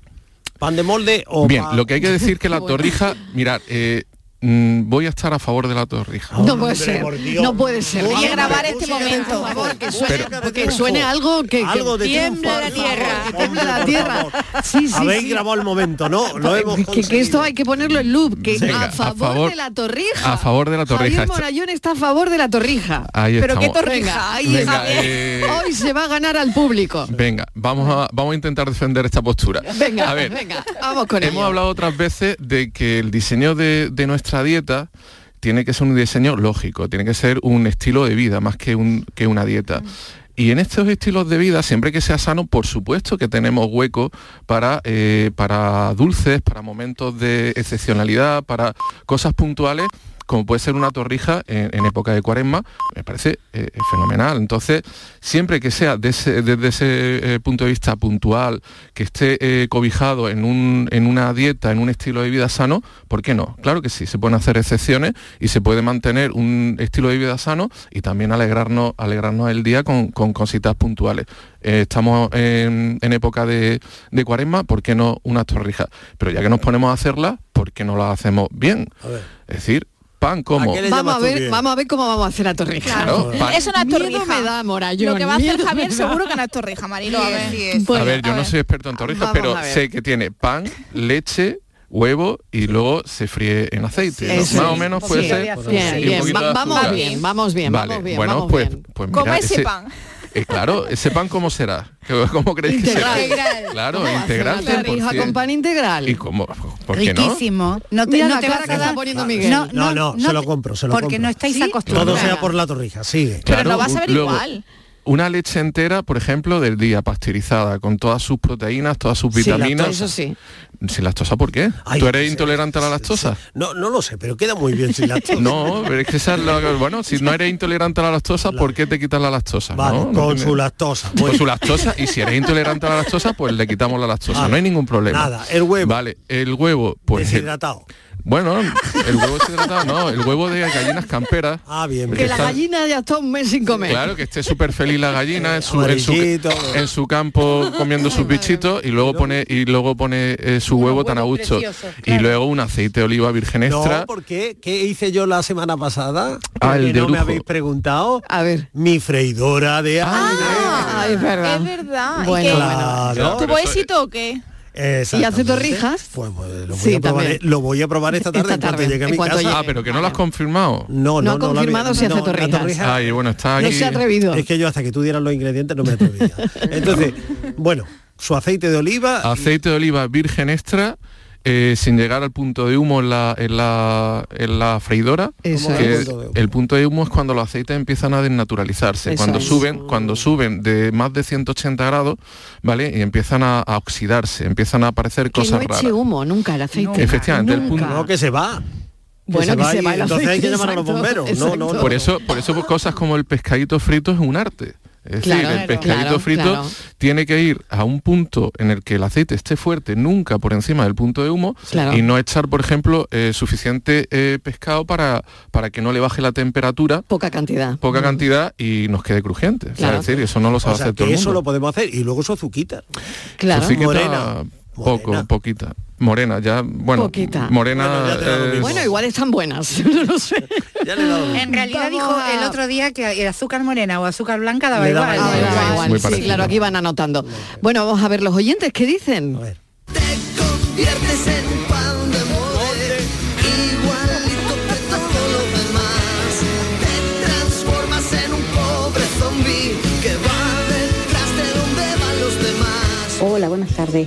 [SPEAKER 6] pan de molde o
[SPEAKER 9] Bien,
[SPEAKER 6] pan-
[SPEAKER 9] lo que hay que decir que la torrija, mirad, eh, mm, voy a estar a favor de la torrija.
[SPEAKER 3] No puede ser. No puede ser.
[SPEAKER 8] Voy a grabar este momento.
[SPEAKER 3] Por favor, que suene, que suene algo que, que
[SPEAKER 6] Algo de
[SPEAKER 3] tiembla la tierra. Que tiembla la tierra. Sí, sí,
[SPEAKER 6] Habéis
[SPEAKER 3] sí. Eh,
[SPEAKER 6] grabado el momento, ¿no? Lo hemos
[SPEAKER 3] Que, que esto hay que ponerlo en loop. Que
[SPEAKER 9] Venga,
[SPEAKER 3] a,
[SPEAKER 9] a
[SPEAKER 3] favor
[SPEAKER 9] favor-
[SPEAKER 3] de la torrija.
[SPEAKER 9] a favor de la torrija.
[SPEAKER 3] Javier Morayón está a favor de la torrija.
[SPEAKER 9] Ahí
[SPEAKER 3] Pero qué
[SPEAKER 9] estamos.
[SPEAKER 3] torrija. Ahí
[SPEAKER 9] Venga,
[SPEAKER 3] Javier.
[SPEAKER 9] eh,
[SPEAKER 3] Hoy se va a ganar al público.
[SPEAKER 9] Venga, vamos a, vamos a intentar defender esta postura.
[SPEAKER 3] Venga,
[SPEAKER 9] a ver,
[SPEAKER 3] venga, vamos con
[SPEAKER 9] hemos
[SPEAKER 3] ello.
[SPEAKER 9] hablado otras veces de que el diseño de, de nuestra dieta tiene que ser un diseño lógico, tiene que ser un estilo de vida más que, un, que una dieta. Y en estos estilos de vida, siempre que sea sano, por supuesto que tenemos hueco para, eh, para dulces, para momentos de excepcionalidad, para cosas puntuales, como puede ser una torrija en, en época de cuaresma, me parece eh, fenomenal. Entonces, siempre que sea de ese- desde ese eh, punto de vista puntual, que esté eh, cobijado en, un- en una dieta, en un estilo de vida sano, ¿por qué no? Claro que sí, se pueden hacer excepciones y se puede mantener un estilo de vida sano y también alegrarnos, alegrarnos el día con, con cositas puntuales. Eh, estamos en, en época de, de cuaresma, ¿por qué no unas torrijas? Pero ya que nos ponemos a hacerlas, ¿por qué no las hacemos bien? Es decir, pan como...
[SPEAKER 3] Vamos a ver, vamos a ver cómo vamos a hacer la torrija.
[SPEAKER 9] Claro, pan-
[SPEAKER 8] Es una
[SPEAKER 3] Miedo
[SPEAKER 8] torrija.
[SPEAKER 3] me da, Morayón,
[SPEAKER 8] Lo que va a hacer
[SPEAKER 3] miedo
[SPEAKER 8] Javier
[SPEAKER 3] me da.
[SPEAKER 8] seguro que no es torrija, Marilo. A ver.
[SPEAKER 9] a ver, yo no soy experto en torrijas,
[SPEAKER 8] Vamos
[SPEAKER 9] pero
[SPEAKER 8] a ver.
[SPEAKER 9] sé que tiene pan, leche, huevo y luego se fríe en aceite. ¿no?
[SPEAKER 3] Eso
[SPEAKER 9] Más o
[SPEAKER 3] es.
[SPEAKER 9] menos puede
[SPEAKER 3] Sí.
[SPEAKER 9] ser.
[SPEAKER 3] Bien,
[SPEAKER 9] y un
[SPEAKER 3] bien,
[SPEAKER 9] poquito
[SPEAKER 3] va-
[SPEAKER 9] de
[SPEAKER 3] vamos
[SPEAKER 9] azúcar.
[SPEAKER 3] bien, vamos bien,
[SPEAKER 9] Vale,
[SPEAKER 3] vamos bien,
[SPEAKER 9] Bueno,
[SPEAKER 3] vamos
[SPEAKER 9] pues,
[SPEAKER 3] bien.
[SPEAKER 9] pues
[SPEAKER 3] Come
[SPEAKER 9] mira,
[SPEAKER 3] ese
[SPEAKER 9] ese-
[SPEAKER 3] pan.
[SPEAKER 9] eh, claro, ese pan cómo será? ¿Cómo- ¿Cómo creéis que será?
[SPEAKER 5] Integral.
[SPEAKER 9] Claro,
[SPEAKER 5] ¿Cómo va a ser
[SPEAKER 9] integral.
[SPEAKER 5] una torrija
[SPEAKER 9] 100%.
[SPEAKER 5] con pan
[SPEAKER 3] integral?
[SPEAKER 9] ¿Y cómo? ¿Por qué no?
[SPEAKER 5] Riquísimo. No te,
[SPEAKER 3] Mira
[SPEAKER 5] no
[SPEAKER 3] la
[SPEAKER 5] te
[SPEAKER 3] cara
[SPEAKER 5] vas
[SPEAKER 3] que
[SPEAKER 5] a
[SPEAKER 3] está
[SPEAKER 5] quedar-
[SPEAKER 3] poniendo Miguel.
[SPEAKER 5] No,
[SPEAKER 6] No, no, se lo compro, se lo
[SPEAKER 5] porque
[SPEAKER 6] compro.
[SPEAKER 5] no estáis acostumbrados.
[SPEAKER 6] Todo sea por la torrija, sigue.
[SPEAKER 9] Claro, un- luego, Una leche entera, por ejemplo, del día pasteurizada, con todas sus proteínas, todas sus
[SPEAKER 6] Sin
[SPEAKER 9] vitaminas.
[SPEAKER 6] lactosa. Eso sí.
[SPEAKER 9] ¿Sin lactosa por qué? ¿Tú eres intolerante a la lactosa?
[SPEAKER 6] No, no lo sé, pero queda muy bien sin lactosa.
[SPEAKER 9] No, pero es que esa es la- Bueno, si no eres intolerante a la lactosa, ¿por qué te quitas la lactosa?
[SPEAKER 6] Vale,
[SPEAKER 9] no? No
[SPEAKER 6] con
[SPEAKER 9] tiene-
[SPEAKER 6] su lactosa.
[SPEAKER 9] Con su lactosa. Y si eres intolerante a la lactosa, pues le quitamos la lactosa. No hay ningún problema.
[SPEAKER 6] Nada, el huevo.
[SPEAKER 9] Vale, el huevo, pues... el-
[SPEAKER 6] Deshidratado.
[SPEAKER 9] bueno, el huevo deshidratado, no, el huevo de gallinas camperas.
[SPEAKER 6] Ah, bien,
[SPEAKER 3] Que la gallina ya está un mes sin comer.
[SPEAKER 9] Claro, que esté súper feliz la gallina en su, en, su,
[SPEAKER 6] amarillito.
[SPEAKER 9] en su campo comiendo sus bichitos y luego pone y luego pone eh, su huevo tan a gusto.
[SPEAKER 6] preciosos,
[SPEAKER 9] Y luego un aceite de oliva virgen extra.
[SPEAKER 6] No, porque ¿qué hice yo la semana pasada?
[SPEAKER 9] Ah, el
[SPEAKER 6] Que
[SPEAKER 9] de
[SPEAKER 6] no me
[SPEAKER 9] Orujo.
[SPEAKER 6] habéis preguntado.
[SPEAKER 3] A ver.
[SPEAKER 6] Mi freidora de aire.
[SPEAKER 3] Ah, es verdad.
[SPEAKER 8] Es verdad. ¿Y
[SPEAKER 6] Bueno,
[SPEAKER 8] qué?
[SPEAKER 6] claro.
[SPEAKER 8] ¿Tuvo éxito o qué?
[SPEAKER 6] Exactamente.
[SPEAKER 8] torrijas?
[SPEAKER 6] Pues, pues, lo, voy
[SPEAKER 9] Sí,
[SPEAKER 6] a probar,
[SPEAKER 9] también.
[SPEAKER 6] lo voy a probar esta tarde, en cuanto llegue a mi casa.
[SPEAKER 9] Ah, pero que no lo has confirmado.
[SPEAKER 6] No, no, no la había- no, la torrija-
[SPEAKER 9] Ay, bueno, está aquí.
[SPEAKER 6] Es que yo hasta que tú dieras los ingredientes no me atrevía. Entonces, bueno,
[SPEAKER 3] Pues
[SPEAKER 6] su aceite de oliva,
[SPEAKER 9] aceite de oliva virgen extra eh, sin llegar al punto de humo en la, en la, en la freidora
[SPEAKER 3] Eso
[SPEAKER 9] que
[SPEAKER 3] es.
[SPEAKER 9] el, punto de humo es cuando los aceites empiezan a desnaturalizarse
[SPEAKER 3] Eso
[SPEAKER 9] cuando
[SPEAKER 3] es.
[SPEAKER 9] suben cuando suben de más de 180 grados vale y empiezan a, a oxidarse empiezan a aparecer
[SPEAKER 3] Que no
[SPEAKER 9] cosas raras
[SPEAKER 3] eche humo nunca el aceite.
[SPEAKER 9] Efectivamente, el punto
[SPEAKER 6] no que se va.
[SPEAKER 3] Bueno, que se va
[SPEAKER 6] y
[SPEAKER 3] el
[SPEAKER 6] entonces hay que
[SPEAKER 3] aceite,
[SPEAKER 6] llamar a los
[SPEAKER 3] exacto,
[SPEAKER 6] bomberos. No, no,
[SPEAKER 3] exacto.
[SPEAKER 6] no.
[SPEAKER 9] Por eso, por eso pues, cosas como el pescadito frito es un arte. Es
[SPEAKER 3] Claro,
[SPEAKER 9] decir, el pescadito
[SPEAKER 3] claro,
[SPEAKER 9] frito
[SPEAKER 3] claro.
[SPEAKER 9] tiene que ir a un punto en el que el aceite esté fuerte, nunca por encima del punto de humo,
[SPEAKER 3] Claro.
[SPEAKER 9] y no echar, por ejemplo, eh, suficiente eh, pescado para, para que no le baje la temperatura.
[SPEAKER 3] Poca cantidad.
[SPEAKER 9] Poca cantidad y nos quede crujiente. O sea,
[SPEAKER 3] Claro.
[SPEAKER 9] es decir, eso no lo
[SPEAKER 6] O
[SPEAKER 9] sabe
[SPEAKER 6] sea,
[SPEAKER 9] hacer todo
[SPEAKER 6] que
[SPEAKER 9] el
[SPEAKER 6] eso
[SPEAKER 9] mundo.
[SPEAKER 6] lo podemos hacer. Y luego su azuquita.
[SPEAKER 3] Claro.
[SPEAKER 9] Así que está
[SPEAKER 6] Morena.
[SPEAKER 9] Poco, poquita. Morena, ya, bueno,
[SPEAKER 3] Poquita.
[SPEAKER 9] morena... eh,
[SPEAKER 3] Ah. Bueno, igual están buenas. no lo sé.
[SPEAKER 5] En realidad dijo el otro día que el azúcar morena o azúcar blanca daba
[SPEAKER 3] Le
[SPEAKER 5] igual.
[SPEAKER 3] daba igual,
[SPEAKER 5] Ah,
[SPEAKER 3] igual.
[SPEAKER 9] Muy
[SPEAKER 3] Sí,
[SPEAKER 9] parecido.
[SPEAKER 3] claro, aquí van anotando. Bueno, vamos a ver los oyentes, ¿qué dicen?
[SPEAKER 4] Viertes en pan de molde, igualito que todo lo demás. Te transformas en un pobre zombi que va detrás de donde van los demás.
[SPEAKER 15] Hola, buenas tardes.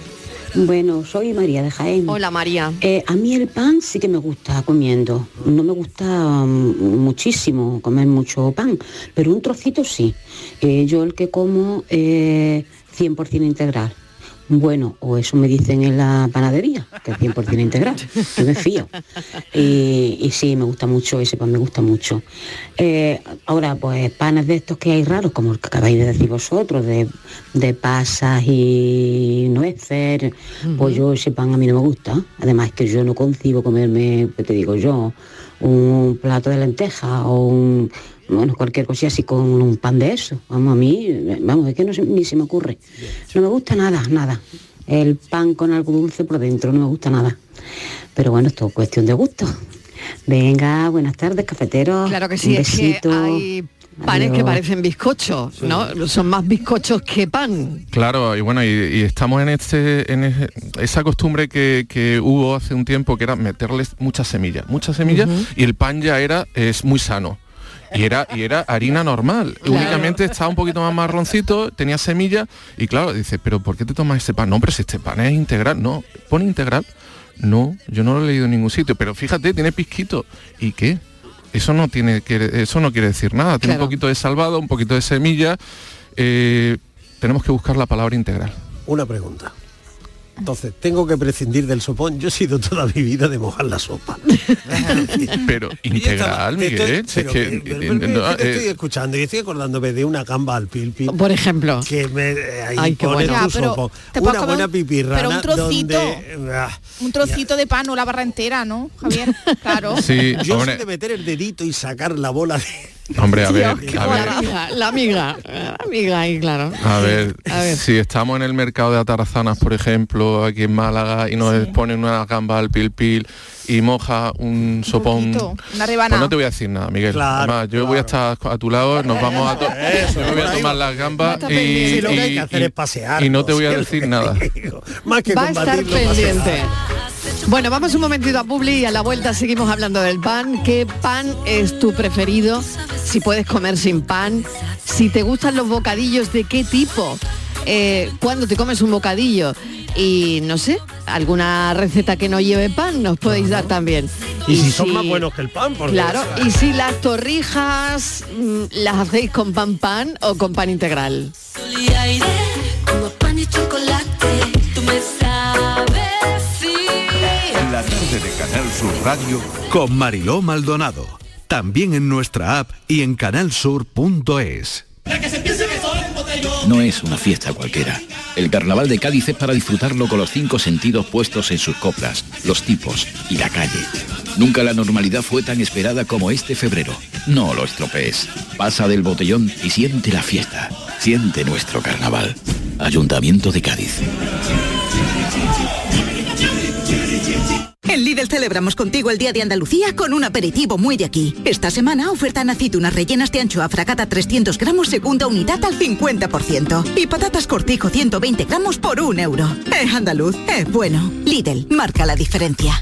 [SPEAKER 16] Bueno, soy María de Jaén. Hola
[SPEAKER 3] María.
[SPEAKER 16] a mí el pan sí que me gusta comiendo. No me gusta mm, muchísimo comer mucho pan, pero un trocito sí. Eh, yo el que como eh, 100% integral. Bueno, o eso me dicen en la panadería, que es 100% integral. Yo me fío. Y, y sí, me gusta mucho, ese pan me gusta mucho. Eh, ahora, pues panes de estos que hay raros, como el que acabáis de decir vosotros, de, de pasas y nueces, pues yo ese pan a mí no me gusta. Además que yo no concibo comerme, pues, te digo yo, un plato de lenteja o un... Bueno, cualquier cosa así con un pan de eso. Vamos, a mí, eh, vamos, es que no se- ni se me ocurre. No me gusta nada, nada. El pan con algo dulce por dentro no me gusta nada. Pero bueno, esto es cuestión de gusto. Venga, buenas tardes, cafeteros.
[SPEAKER 3] Claro que sí,
[SPEAKER 16] Oh, Un
[SPEAKER 3] es que
[SPEAKER 16] besito.
[SPEAKER 3] hay panes que
[SPEAKER 16] Adiós.
[SPEAKER 3] parecen bizcochos, ¿no? Son más bizcochos que pan.
[SPEAKER 9] Claro, y bueno, y, y estamos en este, en e- esa costumbre que, que hubo hace un tiempo que era meterles muchas semillas, muchas semillas,
[SPEAKER 17] Ujú.
[SPEAKER 9] y el pan ya era es muy sano. Y era, y era harina normal. y Únicamente estaba un poquito más marroncito, tenía semillas, y claro, dices, pero ¿por qué te tomas este pan? No, pero si este pan es integral, no, pone integral. No, yo no lo he leído en ningún sitio, pero fíjate, tiene pisquito. ¿Y qué? Eso no tiene que, eso no quiere decir nada. Tiene un poquito de salvado, un poquito de semilla. eh, tenemos que buscar la palabra integral.
[SPEAKER 6] Una pregunta. Entonces, tengo que prescindir del sopón. Yo he sido toda mi vida de mojar la sopa.
[SPEAKER 9] Pero integral,
[SPEAKER 6] Te estoy-
[SPEAKER 9] Miguel. si es
[SPEAKER 6] pero
[SPEAKER 9] que,
[SPEAKER 6] que-
[SPEAKER 9] eh,
[SPEAKER 6] pero que-
[SPEAKER 9] no,
[SPEAKER 6] que te estoy
[SPEAKER 9] eh,
[SPEAKER 6] escuchando y estoy acordándome de una gamba al pilpi.
[SPEAKER 3] Por ejemplo.
[SPEAKER 6] Que me eh, ahí
[SPEAKER 3] Ay, qué
[SPEAKER 6] pone
[SPEAKER 3] bueno.
[SPEAKER 6] tu
[SPEAKER 3] Ya, pero
[SPEAKER 6] sopo.
[SPEAKER 3] te puedo
[SPEAKER 6] Una
[SPEAKER 3] comer
[SPEAKER 6] buena
[SPEAKER 3] un-
[SPEAKER 6] pipirrana
[SPEAKER 8] pero un trocito.
[SPEAKER 6] donde, ah,
[SPEAKER 8] Un trocito de pan, no la barra entera, ¿no, Javier? Claro.
[SPEAKER 9] Sí,
[SPEAKER 6] yo
[SPEAKER 9] hombre.
[SPEAKER 6] soy de meter el dedito y sacar la bola de...
[SPEAKER 9] hombre, a ver,
[SPEAKER 3] Dios, qué
[SPEAKER 9] a ver.
[SPEAKER 3] maravilla. La amiga, la amiga ahí, claro.
[SPEAKER 9] A ver,
[SPEAKER 3] A ver.
[SPEAKER 9] si estamos en el mercado de atarazanas, por ejemplo, aquí en Málaga, y nos exponen una gamba al pil pil y moja un sopón.
[SPEAKER 8] poquito, una
[SPEAKER 9] Pues
[SPEAKER 8] rebanada.
[SPEAKER 9] no te voy a decir nada, Miguel.
[SPEAKER 6] Claro,
[SPEAKER 9] Además, yo voy a estar a tu lado, nos vamos a to- yo me voy a tomar las gambas y,
[SPEAKER 6] Si lo que hay que
[SPEAKER 9] y-
[SPEAKER 6] hacer
[SPEAKER 9] y-
[SPEAKER 6] es pasear. pues.
[SPEAKER 9] y no te voy a decir nada.
[SPEAKER 6] Más que
[SPEAKER 3] Va a estar
[SPEAKER 6] combatirlo, más que
[SPEAKER 3] pendiente.
[SPEAKER 6] nada.
[SPEAKER 3] Bueno, vamos un momentito a Publi y a la vuelta seguimos hablando del pan. ¿Qué pan es tu preferido? Si puedes comer sin pan, si te gustan los bocadillos, ¿de qué tipo? Eh, ¿Cuándo te comes un bocadillo? Y no sé, alguna receta que no lleve pan nos podéis dar también.
[SPEAKER 6] Y si son más buenos que el pan, porque,
[SPEAKER 3] Claro,
[SPEAKER 6] o sea,
[SPEAKER 3] y si las torrijas mm, las hacéis con pan pan o con pan integral.
[SPEAKER 18] y aire, como pan y chocolate, tú me sabes sí.
[SPEAKER 19] La tarde de Canal Sur Radio con Mariló Maldonado. También en nuestra app y en canalsur.es.
[SPEAKER 18] que se piense que soy un botellón.
[SPEAKER 20] No es una fiesta cualquiera. El carnaval de Cádiz es para disfrutarlo con los cinco sentidos puestos en sus coplas, los tipos y la calle. Nunca la normalidad fue tan esperada como este febrero. No lo estropees. Pasa del botellón y siente la fiesta. Siente nuestro carnaval. Ayuntamiento de Cádiz.
[SPEAKER 21] En Lidl celebramos contigo el Día de Andalucía con un aperitivo muy de aquí. Esta semana ofertan aceitunas rellenas de anchoafra cada 300 gramos segunda unidad al 50% y patatas cortijo 120 gramos por un euro. Es andaluz, es bueno. Lidl, marca la diferencia.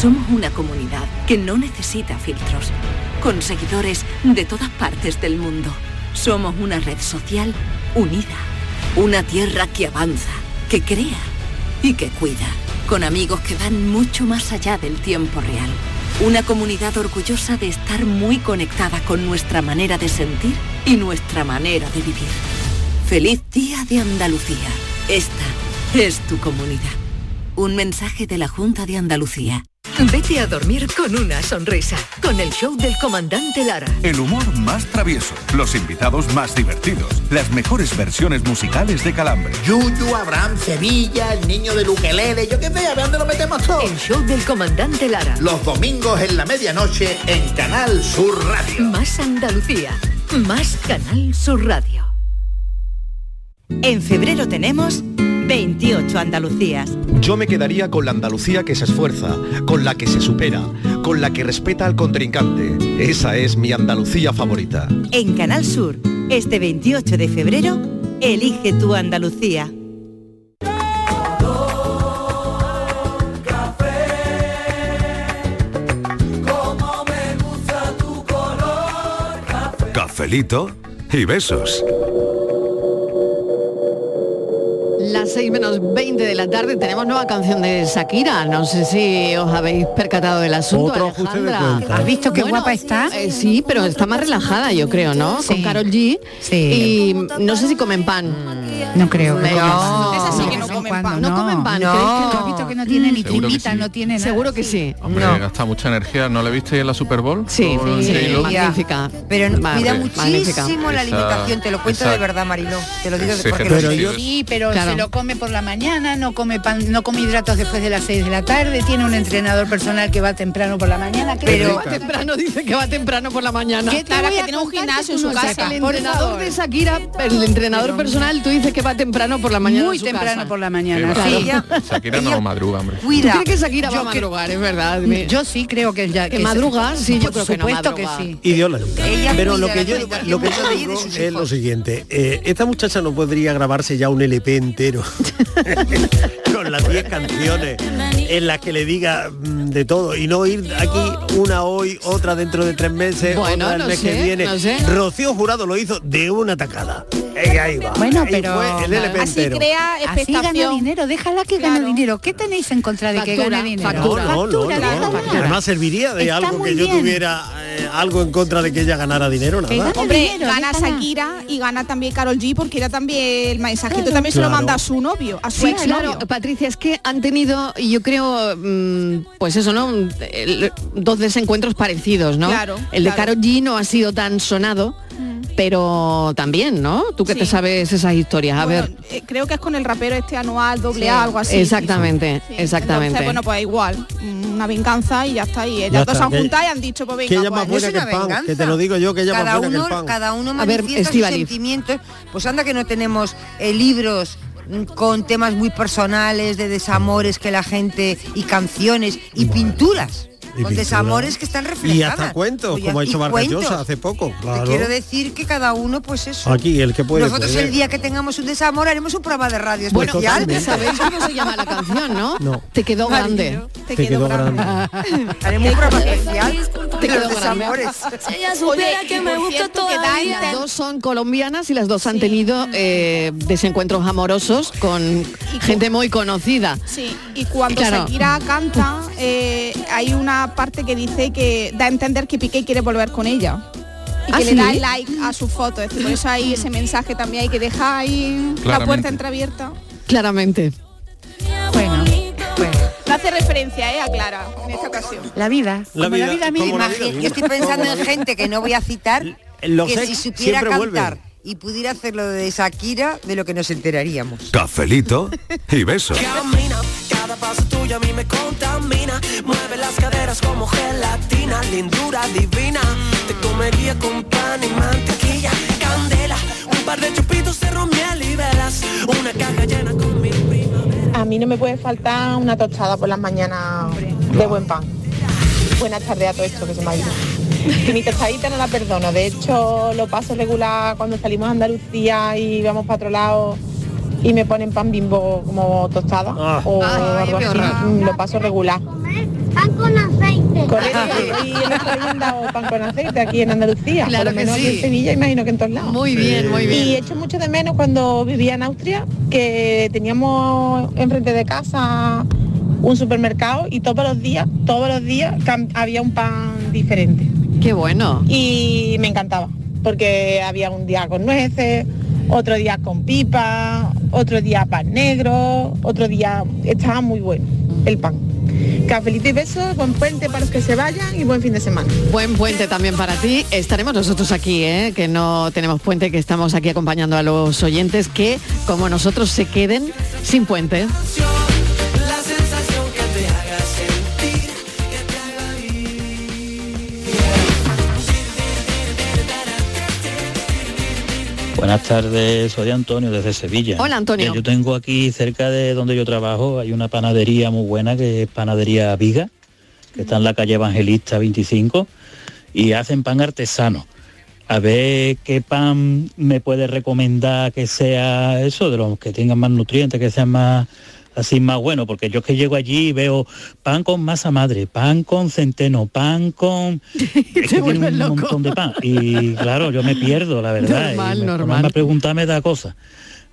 [SPEAKER 1] Somos una comunidad que no necesita filtros, con seguidores de todas partes del mundo. Somos una red social unida, una tierra que avanza, que crea y que cuida, con amigos que van mucho más allá del tiempo real. Una comunidad orgullosa de estar muy conectada con nuestra manera de sentir y nuestra manera de vivir. Feliz Día de Andalucía. Esta es tu comunidad. Un mensaje de la Junta de Andalucía.
[SPEAKER 22] Vete a dormir con una sonrisa, con el show del comandante Lara.
[SPEAKER 19] El humor más travieso, los invitados más divertidos, las mejores versiones musicales de Calambre.
[SPEAKER 22] Yuyu, Abraham, Sevilla, el niño del ukelele, yo qué sé, a ver dónde lo metemos todo. El show del comandante Lara. Los domingos en la medianoche en Canal Sur Radio. Más Andalucía, más Canal Sur Radio.
[SPEAKER 23] En febrero tenemos
[SPEAKER 10] 28 Andalucías.
[SPEAKER 11] Yo me quedaría con la Andalucía que se esfuerza, con la que se supera, con la que respeta al contrincante. Esa es mi Andalucía favorita.
[SPEAKER 10] En Canal Sur, este 28 de febrero, elige tu Andalucía.
[SPEAKER 4] Como me gusta tu color
[SPEAKER 19] Cafelito y besos.
[SPEAKER 3] Las 6 menos 20 de la tarde tenemos nueva canción de Shakira. No sé si os habéis percatado del asunto.
[SPEAKER 5] Otro
[SPEAKER 6] ajuste de
[SPEAKER 3] Alejandra.
[SPEAKER 6] cuentas. ¿Has
[SPEAKER 5] visto qué guapa
[SPEAKER 3] está? sí, pero está más relajada, yo creo, ¿no? Con Carol G. Y no sé si comen pan.
[SPEAKER 5] Mm. No creo.
[SPEAKER 3] Me-
[SPEAKER 5] No,
[SPEAKER 3] Esas sí que no
[SPEAKER 5] de vez en
[SPEAKER 3] comen
[SPEAKER 5] cuando,
[SPEAKER 3] pan. No comen pan,
[SPEAKER 5] No,
[SPEAKER 3] ¿creéis que no?
[SPEAKER 5] ¿Has visto que no tiene ni
[SPEAKER 9] Seguro que
[SPEAKER 5] timita,
[SPEAKER 9] sí.
[SPEAKER 5] no tiene nada.
[SPEAKER 3] Seguro que sí.
[SPEAKER 9] Hombre, gasta mucha energía. ¿No le viste en la Super Bowl? Con J-Lo.
[SPEAKER 3] magnífica.
[SPEAKER 7] Pero
[SPEAKER 9] Ma-
[SPEAKER 7] cuida
[SPEAKER 9] magnífica.
[SPEAKER 7] muchísimo la
[SPEAKER 9] Esa-
[SPEAKER 7] alimentación, te lo cuento
[SPEAKER 9] esa-
[SPEAKER 7] de verdad, Mariló. Te lo digo
[SPEAKER 9] ese
[SPEAKER 7] porque
[SPEAKER 9] ejercicio
[SPEAKER 7] lo sé.
[SPEAKER 9] es-
[SPEAKER 5] Sí, pero
[SPEAKER 7] Claro.
[SPEAKER 5] se lo come por la mañana, no come pan, no come hidratos después de las 6 de la tarde, tiene un entrenador personal que va temprano por la mañana, ¿qué
[SPEAKER 3] Pero-
[SPEAKER 5] te voy
[SPEAKER 3] Va
[SPEAKER 5] a-
[SPEAKER 3] temprano, dice que va temprano por la mañana.
[SPEAKER 5] ¿Qué te
[SPEAKER 3] Clara,
[SPEAKER 5] voy
[SPEAKER 3] que
[SPEAKER 5] a
[SPEAKER 3] tiene un
[SPEAKER 5] contar
[SPEAKER 3] gimnasio
[SPEAKER 5] que
[SPEAKER 3] en
[SPEAKER 5] tú
[SPEAKER 3] su
[SPEAKER 5] no
[SPEAKER 3] casa.
[SPEAKER 5] sepas?
[SPEAKER 3] El
[SPEAKER 5] Por
[SPEAKER 3] entrenador
[SPEAKER 5] favor.
[SPEAKER 3] de Shakira, el entrenador personal, tú dices que va temprano por la mañana.
[SPEAKER 5] Muy
[SPEAKER 3] a su
[SPEAKER 5] temprano
[SPEAKER 3] casa.
[SPEAKER 5] por la
[SPEAKER 9] Qué
[SPEAKER 5] mañana.
[SPEAKER 9] va.
[SPEAKER 5] Sí,
[SPEAKER 9] Shakira no madruga, hombre.
[SPEAKER 3] Cuida. ¿Tú crees que Shakira va a
[SPEAKER 5] cre-
[SPEAKER 3] madrugar, es verdad?
[SPEAKER 5] Yo sí creo que ya
[SPEAKER 3] ¿Que madruga? Sí, yo creo que no
[SPEAKER 5] supuesto que
[SPEAKER 3] madruga.
[SPEAKER 5] sí.
[SPEAKER 6] Ideólogo.
[SPEAKER 5] Ella
[SPEAKER 6] Pero lo
[SPEAKER 5] cuida
[SPEAKER 6] que
[SPEAKER 5] la
[SPEAKER 6] yo,
[SPEAKER 5] alimentación
[SPEAKER 6] lo que yo
[SPEAKER 5] de ella y de
[SPEAKER 6] digo
[SPEAKER 5] sus
[SPEAKER 6] es lo siguiente. eh, esta muchacha no podría grabarse ya un LP entero con las 10 canciones en las que le diga mm, de todo y no ir aquí una hoy, otra dentro de tres meses,
[SPEAKER 3] Bueno,
[SPEAKER 6] otra el
[SPEAKER 3] no
[SPEAKER 6] mes
[SPEAKER 3] sé,
[SPEAKER 6] que viene.
[SPEAKER 3] no sé.
[SPEAKER 6] Rocío Jurado lo hizo de una tacada. Eh, ahí va.
[SPEAKER 5] Bueno,
[SPEAKER 6] Ahí
[SPEAKER 5] pero
[SPEAKER 6] fue el LP entero.
[SPEAKER 5] Así gana dinero, déjala que gane dinero. ¿Qué tenéis en contra de que
[SPEAKER 3] Factura,
[SPEAKER 5] gane dinero?
[SPEAKER 3] factura.
[SPEAKER 6] No, no, no,
[SPEAKER 5] déjala.
[SPEAKER 6] no. Además serviría de
[SPEAKER 5] Está
[SPEAKER 6] algo
[SPEAKER 5] muy
[SPEAKER 6] que yo
[SPEAKER 5] bien.
[SPEAKER 6] tuviera eh, algo en contra de que ella ganara dinero, nada.
[SPEAKER 8] Hombre, gana Shakira y gana también Carol G porque era también el mensajito también se lo
[SPEAKER 6] Claro.
[SPEAKER 8] manda a su novio, a su
[SPEAKER 3] Sí,
[SPEAKER 8] ex
[SPEAKER 3] claro, Patricia, es que han tenido, yo creo, mm, pues eso, ¿no? Un- el- dos desencuentros parecidos, ¿no?
[SPEAKER 8] Claro,
[SPEAKER 3] El de
[SPEAKER 8] claro.
[SPEAKER 3] Karol G no ha sido tan sonado, pero también, ¿no? Tú que te
[SPEAKER 8] Sí.
[SPEAKER 3] sabes esas historias, a ver.
[SPEAKER 8] Eh, creo que es con el rapero este anual, doble A, algo así.
[SPEAKER 3] Exactamente, exactamente.
[SPEAKER 8] Entonces, bueno, pues igual, una venganza y ya está. Y
[SPEAKER 3] Ya
[SPEAKER 8] ellas dos
[SPEAKER 3] está,
[SPEAKER 8] se han
[SPEAKER 3] que-
[SPEAKER 8] juntado y han dicho, pues venga,
[SPEAKER 6] que ella más
[SPEAKER 8] pues,
[SPEAKER 6] buena que el pan, que te lo digo yo, que ella más
[SPEAKER 7] cada
[SPEAKER 6] buena que el
[SPEAKER 7] uno,
[SPEAKER 6] pan.
[SPEAKER 7] Cada uno
[SPEAKER 6] A ver,
[SPEAKER 7] manifiesta sus
[SPEAKER 6] Estíbaliz.
[SPEAKER 7] sentimientos. Pues anda que no tenemos eh, libros mm, con temas muy personales de desamores que la gente y canciones y pinturas con
[SPEAKER 6] pinturas.
[SPEAKER 7] desamores que están reflejadas
[SPEAKER 6] Y hasta cuentos,
[SPEAKER 7] Oye,
[SPEAKER 6] como ha
[SPEAKER 7] y
[SPEAKER 6] hecho Vargas
[SPEAKER 7] cuentos.
[SPEAKER 6] Llosa hace poco.
[SPEAKER 7] Te
[SPEAKER 6] claro.
[SPEAKER 7] quiero decir que cada uno pues eso
[SPEAKER 6] Aquí, el que puede, pues,
[SPEAKER 7] nosotros
[SPEAKER 6] puede.
[SPEAKER 7] el día que tengamos un desamor haremos un programa de radio
[SPEAKER 6] Bueno,
[SPEAKER 7] especial
[SPEAKER 6] totalmente.
[SPEAKER 3] ¿Sabéis cómo se llama la canción, no?
[SPEAKER 6] No.
[SPEAKER 3] Te quedó grande.
[SPEAKER 6] Te Te quedó quedó grande.
[SPEAKER 7] haremos un programa especial
[SPEAKER 3] Te
[SPEAKER 7] de
[SPEAKER 3] quedó
[SPEAKER 7] los
[SPEAKER 3] grande.
[SPEAKER 7] desamores
[SPEAKER 8] Oye, y por cierto, que Dai
[SPEAKER 3] Las dos son colombianas y las dos han tenido eh, desencuentros amorosos con gente muy conocida.
[SPEAKER 8] Sí, y cuando
[SPEAKER 3] Claro.
[SPEAKER 8] Shakira canta, eh, hay una parte que dice que da a entender que Piqué quiere volver con ella. Y
[SPEAKER 3] ¿Ah,
[SPEAKER 8] que
[SPEAKER 3] sí?
[SPEAKER 8] le da el like a su foto. Es decir, por eso hay ese mensaje también hay que dejar ahí la
[SPEAKER 3] Claramente.
[SPEAKER 8] puerta entreabierta.
[SPEAKER 3] Claramente.
[SPEAKER 8] No hace referencia eh, a Clara en esta ocasión.
[SPEAKER 7] La vida.
[SPEAKER 6] La
[SPEAKER 7] como
[SPEAKER 6] vida,
[SPEAKER 7] la vida misma.
[SPEAKER 6] como la vida
[SPEAKER 7] Imagín-
[SPEAKER 6] misma.
[SPEAKER 7] Yo estoy pensando
[SPEAKER 6] Como la
[SPEAKER 7] en
[SPEAKER 6] vida.
[SPEAKER 7] gente que no voy a citar
[SPEAKER 6] Los
[SPEAKER 7] que
[SPEAKER 6] ex
[SPEAKER 7] si supiera
[SPEAKER 6] siempre
[SPEAKER 7] cantar
[SPEAKER 6] vuelven.
[SPEAKER 7] y pudiera hacer lo de Shakira, de lo que nos enteraríamos.
[SPEAKER 19] Cafelito y besos.
[SPEAKER 18] Camina, cada paso tuyo a mí me contamina. Mueve las caderas como gelatina, lindura divina. Te comería con pan y mantequilla, candela, un par de chupitos de ron, miel y velas, una caja llena con mi
[SPEAKER 24] A mí no me puede faltar una tostada por las mañanas de buen pan. Buenas tardes a todo esto que se me ha ido. Que mi tostadita no la perdono. De hecho, lo paso regular cuando salimos a Andalucía y vamos para otro lado y me ponen pan bimbo como tostada
[SPEAKER 9] Ah.
[SPEAKER 24] o algo así. Mm, Lo paso regular.
[SPEAKER 25] Pan con aceite.
[SPEAKER 24] Correcto, y en nuestra guinda o pan con aceite aquí en Andalucía,
[SPEAKER 25] Claro
[SPEAKER 24] por lo
[SPEAKER 25] que
[SPEAKER 24] menos aquí
[SPEAKER 25] sí.
[SPEAKER 24] en Sevilla, imagino que en todos lados.
[SPEAKER 25] Muy bien, Sí. muy bien.
[SPEAKER 24] Y echo mucho de menos cuando vivía en Austria, que teníamos enfrente de casa un supermercado y todos los días, todos los días cam- había un pan diferente.
[SPEAKER 3] Qué bueno.
[SPEAKER 24] Y me encantaba, porque había un día con nueces, otro día con pipa, otro día pan negro, otro día estaba muy bueno el pan. Cafelito y besos, buen puente para los que se vayan y buen fin de semana.
[SPEAKER 3] Buen puente también para ti. Estaremos nosotros aquí, ¿eh? que no tenemos puente, que estamos aquí acompañando a los oyentes que, como nosotros, se queden sin puente.
[SPEAKER 18] La sensación que te haga sentir, que te haga vivir.
[SPEAKER 12] Buenas tardes, soy Antonio desde Sevilla.
[SPEAKER 3] Hola, Antonio.
[SPEAKER 12] Eh, Yo tengo aquí cerca de donde yo trabajo, hay una panadería muy buena que es Panadería Viga, que está en la calle Evangelista 25, y hacen pan artesano. A ver qué pan me puede recomendar que sea eso, de los que tengan más nutrientes, que sean más así más bueno, porque yo es que llego allí y veo pan con masa madre, pan con centeno, pan con es que tiene un montón de pan. Y claro, yo me pierdo, la verdad.
[SPEAKER 3] Normal,
[SPEAKER 12] y me,
[SPEAKER 3] normal.
[SPEAKER 12] ponerme a preguntar me da cosa.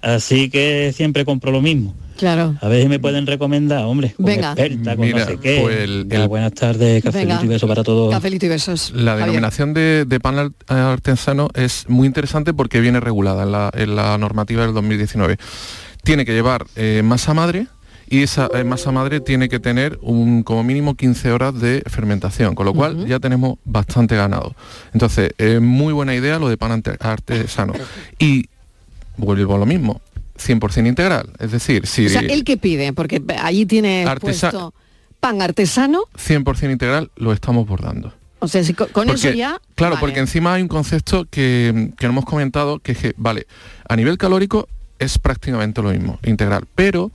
[SPEAKER 12] Así que siempre compro lo mismo.
[SPEAKER 3] Claro.
[SPEAKER 12] A ver si me pueden recomendar, hombre. Con
[SPEAKER 3] Venga.
[SPEAKER 12] experta, con
[SPEAKER 9] Mira,
[SPEAKER 12] no sé qué.
[SPEAKER 9] pues el-
[SPEAKER 12] Venga,
[SPEAKER 9] el-
[SPEAKER 12] buenas tardes, cafelito
[SPEAKER 3] Venga.
[SPEAKER 12] y beso para todos.
[SPEAKER 3] Cafelito y besos.
[SPEAKER 9] La
[SPEAKER 3] Javier.
[SPEAKER 9] denominación de, de pan ar- artesano es muy interesante porque viene regulada en la, en la normativa del 2019. Tiene que llevar eh, masa madre y esa eh, masa madre tiene que tener un, como mínimo 15 horas de fermentación, con lo cual ya tenemos bastante ganado. Entonces, es muy buena idea lo de pan ante- artesano. Y vuelvo a lo mismo, 100% integral. Es decir, si...
[SPEAKER 3] O sea, el que pide, porque allí tiene
[SPEAKER 9] Artesa-
[SPEAKER 3] puesto pan artesano,
[SPEAKER 9] 100% integral lo estamos bordando.
[SPEAKER 3] o sea, si co- con, eso
[SPEAKER 9] Porque-
[SPEAKER 3] ya...
[SPEAKER 9] Claro, porque encima hay un concepto que, que no hemos comentado, que es que, vale, a nivel calórico es prácticamente lo mismo, integral, pero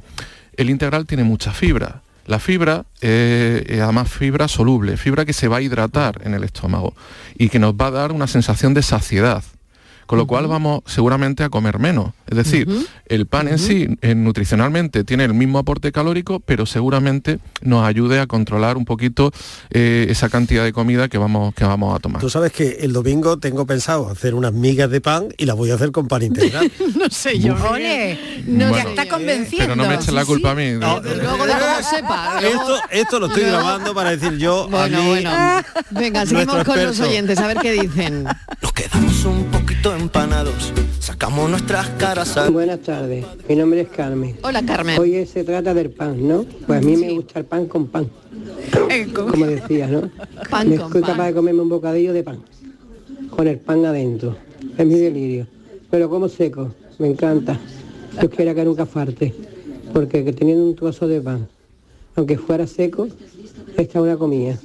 [SPEAKER 9] el integral tiene mucha fibra. La fibra, eh, eh, además fibra soluble, fibra que se va a hidratar en el estómago y que nos va a dar una sensación de saciedad. Con lo cual vamos seguramente a comer menos. Es decir, el pan en sí eh, nutricionalmente tiene el mismo aporte calórico, pero seguramente nos ayude a controlar un poquito eh, esa cantidad de comida que vamos, que vamos a tomar.
[SPEAKER 6] Tú sabes que el domingo tengo pensado hacer unas migas de pan y las voy a hacer con pan integral.
[SPEAKER 3] no sé yo.
[SPEAKER 5] Ole,
[SPEAKER 9] no
[SPEAKER 5] ya
[SPEAKER 9] Bueno,
[SPEAKER 5] está convenciendo.
[SPEAKER 9] pero no me echen la culpa a mí.
[SPEAKER 3] Luego de lo sepa.
[SPEAKER 6] Esto, esto lo estoy grabando para decir yo.
[SPEAKER 3] Bueno,
[SPEAKER 6] a mí,
[SPEAKER 3] bueno. Venga,
[SPEAKER 6] Nuestro
[SPEAKER 3] seguimos con los
[SPEAKER 6] experto.
[SPEAKER 3] oyentes, a ver qué dicen.
[SPEAKER 22] Quedamos un poquito empanados, sacamos nuestras caras a...
[SPEAKER 26] Buenas tardes, mi nombre es Carmen.
[SPEAKER 3] Hola Carmen.
[SPEAKER 26] Hoy se trata del pan, ¿no? Pues a mí me gusta el pan con pan. Como decías, ¿no?
[SPEAKER 3] Eh, Pan
[SPEAKER 26] me
[SPEAKER 3] con
[SPEAKER 26] soy
[SPEAKER 3] pan.
[SPEAKER 26] capaz de comerme un bocadillo de pan, con el pan adentro. Es mi delirio. Pero como seco, me encanta. Yo quiero que nunca falte, porque que teniendo un trozo de pan, aunque fuera seco, esta es una comida.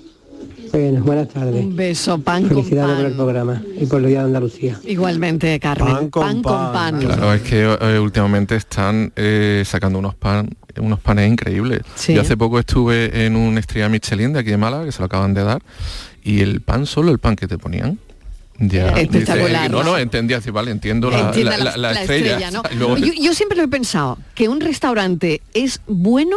[SPEAKER 26] Bueno, buenas tardes.
[SPEAKER 3] Un beso, pan con
[SPEAKER 26] Felicidades por
[SPEAKER 3] pan.
[SPEAKER 26] el programa y por los días de Andalucía.
[SPEAKER 3] Igualmente, Carmen. Pan con pan.
[SPEAKER 9] Claro, es que eh, últimamente están eh, sacando unos pan, unos panes increíbles.
[SPEAKER 3] Sí.
[SPEAKER 9] Yo hace poco estuve en un estrella Michelin de aquí de Málaga, que se lo acaban de dar, y el pan, solo el pan que te ponían. Ya,
[SPEAKER 3] Espectacular.
[SPEAKER 9] dice, no, no, entendía, dice, vale, entiendo la,
[SPEAKER 3] Entienda
[SPEAKER 9] la- la- la estrella.
[SPEAKER 3] ¿no?
[SPEAKER 9] Y luego-
[SPEAKER 3] yo, yo siempre lo he pensado, que un restaurante es bueno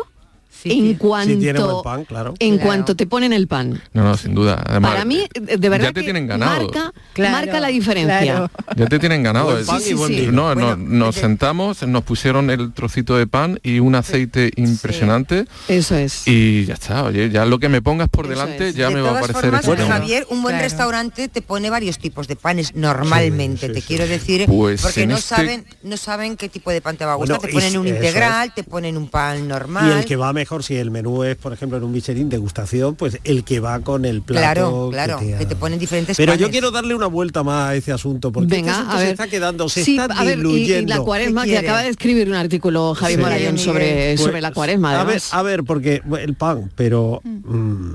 [SPEAKER 3] en cuanto...
[SPEAKER 9] Sí, tiene buen pan, claro.
[SPEAKER 3] En
[SPEAKER 9] Claro.
[SPEAKER 3] cuanto te ponen el pan.
[SPEAKER 9] No, no, sin duda. Además,
[SPEAKER 3] Para mí, de verdad
[SPEAKER 9] ya te
[SPEAKER 3] que
[SPEAKER 9] tienen ganado.
[SPEAKER 3] Marca, marca la diferencia.
[SPEAKER 9] Ya te tienen ganado.
[SPEAKER 3] Buen pan y Sí, sí, buen sí. vino.
[SPEAKER 9] No, no, nos sentamos, nos pusieron el trocito de pan y un aceite impresionante.
[SPEAKER 3] Eso es.
[SPEAKER 9] Y ya está, oye, ya lo que me pongas por delante ya
[SPEAKER 7] De
[SPEAKER 9] me va a
[SPEAKER 7] todas
[SPEAKER 9] parecer
[SPEAKER 7] formas,
[SPEAKER 9] estupendo.
[SPEAKER 7] Javier, un buen
[SPEAKER 9] Claro.
[SPEAKER 7] restaurante te pone varios tipos de panes normalmente, te quiero decir,
[SPEAKER 9] Pues
[SPEAKER 7] porque
[SPEAKER 9] en
[SPEAKER 7] no
[SPEAKER 9] este-
[SPEAKER 7] saben no saben qué tipo de pan te va a gustar,
[SPEAKER 6] Bueno,
[SPEAKER 7] te ponen
[SPEAKER 6] es-
[SPEAKER 7] un
[SPEAKER 6] eso
[SPEAKER 7] integral, te ponen un pan
[SPEAKER 6] Y
[SPEAKER 7] normal.
[SPEAKER 6] el que va mejor, si el menú es, por ejemplo, en un Michelin degustación, pues el que va con el
[SPEAKER 7] Claro,
[SPEAKER 6] plato.
[SPEAKER 7] claro,
[SPEAKER 6] que te-
[SPEAKER 7] que te ponen diferentes
[SPEAKER 6] Pero yo
[SPEAKER 7] panes.
[SPEAKER 6] quiero darle una vuelta más a ese asunto, porque este
[SPEAKER 3] Venga,
[SPEAKER 6] asunto
[SPEAKER 3] a
[SPEAKER 6] se
[SPEAKER 3] ver.
[SPEAKER 6] está quedando, se
[SPEAKER 3] Sí,
[SPEAKER 6] está
[SPEAKER 3] a ver, y-
[SPEAKER 6] diluyendo.
[SPEAKER 3] Y, la cuaresma, que acaba de escribir un artículo Javier
[SPEAKER 6] Sí.
[SPEAKER 3] Morayón sobre,
[SPEAKER 6] Pues,
[SPEAKER 3] sobre la cuaresma.
[SPEAKER 6] A ver,
[SPEAKER 3] además.
[SPEAKER 6] a ver, porque bueno, el pan, pero... mm,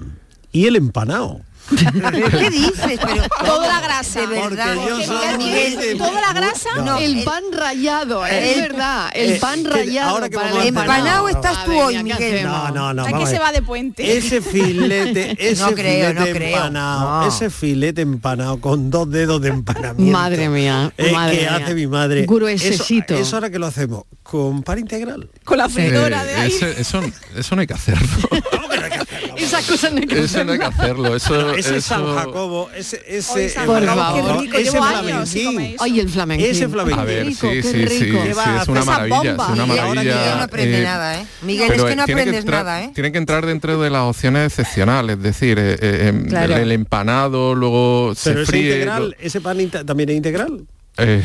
[SPEAKER 6] y el empanado.
[SPEAKER 7] ¿Qué dices? Pero
[SPEAKER 8] Toda la grasa.
[SPEAKER 7] de verdad.
[SPEAKER 8] Porque yo
[SPEAKER 7] Miguel,
[SPEAKER 8] soy-
[SPEAKER 7] Miguel,
[SPEAKER 8] Toda la grasa.
[SPEAKER 7] No,
[SPEAKER 3] el pan rayado, es
[SPEAKER 7] el-
[SPEAKER 3] verdad, el
[SPEAKER 7] eh,
[SPEAKER 3] pan
[SPEAKER 7] que-
[SPEAKER 3] rayado.
[SPEAKER 7] ahora que
[SPEAKER 3] para
[SPEAKER 7] vamos
[SPEAKER 3] el
[SPEAKER 7] a empanado. Empanado estás tú
[SPEAKER 3] Madre
[SPEAKER 7] hoy,
[SPEAKER 3] mía, ¿qué
[SPEAKER 7] Miguel.
[SPEAKER 3] hacemos?
[SPEAKER 6] No, no, no.
[SPEAKER 8] que
[SPEAKER 6] vamos a
[SPEAKER 8] se
[SPEAKER 6] ver.
[SPEAKER 8] va de puente.
[SPEAKER 6] Ese filete, ese
[SPEAKER 7] No creo, no
[SPEAKER 6] filete
[SPEAKER 7] creo.
[SPEAKER 6] empanado,
[SPEAKER 7] No.
[SPEAKER 6] ese filete empanado con dos dedos de empanamiento.
[SPEAKER 3] Madre mía,
[SPEAKER 6] eh,
[SPEAKER 3] madre
[SPEAKER 6] que
[SPEAKER 3] mía.
[SPEAKER 6] hace mi madre.
[SPEAKER 3] Gruesecito.
[SPEAKER 6] Eso, eso ahora que lo hacemos con pan integral.
[SPEAKER 8] Con la
[SPEAKER 9] Eh, ese- eso, eso no hay que hacerlo.
[SPEAKER 3] Esas cosas no hay que
[SPEAKER 9] Eso no hay que hacerlo. Eso,
[SPEAKER 6] Ese
[SPEAKER 9] eso-
[SPEAKER 6] San Jacobo, ese, ese,
[SPEAKER 3] Por
[SPEAKER 6] empanado,
[SPEAKER 3] favor,
[SPEAKER 6] ese flamenquín.
[SPEAKER 3] Ay, el flamenquín.
[SPEAKER 6] Ese flamenquín.
[SPEAKER 9] A ver, sí,
[SPEAKER 6] qué
[SPEAKER 9] sí, sí,
[SPEAKER 6] rico.
[SPEAKER 9] sí,
[SPEAKER 6] Lleva
[SPEAKER 9] es una
[SPEAKER 6] esa
[SPEAKER 9] maravilla,
[SPEAKER 6] bomba.
[SPEAKER 9] es una
[SPEAKER 6] Miguel, ahora
[SPEAKER 9] maravilla.
[SPEAKER 6] Miguel no aprende
[SPEAKER 7] nada, ¿eh? Miguel,
[SPEAKER 9] pero,
[SPEAKER 7] es que no
[SPEAKER 9] eh, tiene
[SPEAKER 7] aprendes
[SPEAKER 9] entrar-
[SPEAKER 7] nada, ¿eh?
[SPEAKER 9] Tiene que entrar dentro de las opciones excepcionales, es decir, eh, eh, em,
[SPEAKER 6] Claro.
[SPEAKER 9] el, el empanado, luego
[SPEAKER 6] Pero
[SPEAKER 9] se
[SPEAKER 6] ese,
[SPEAKER 9] fríe.
[SPEAKER 6] integral,
[SPEAKER 9] lo-
[SPEAKER 6] ese pan inte- también es integral.
[SPEAKER 9] eh,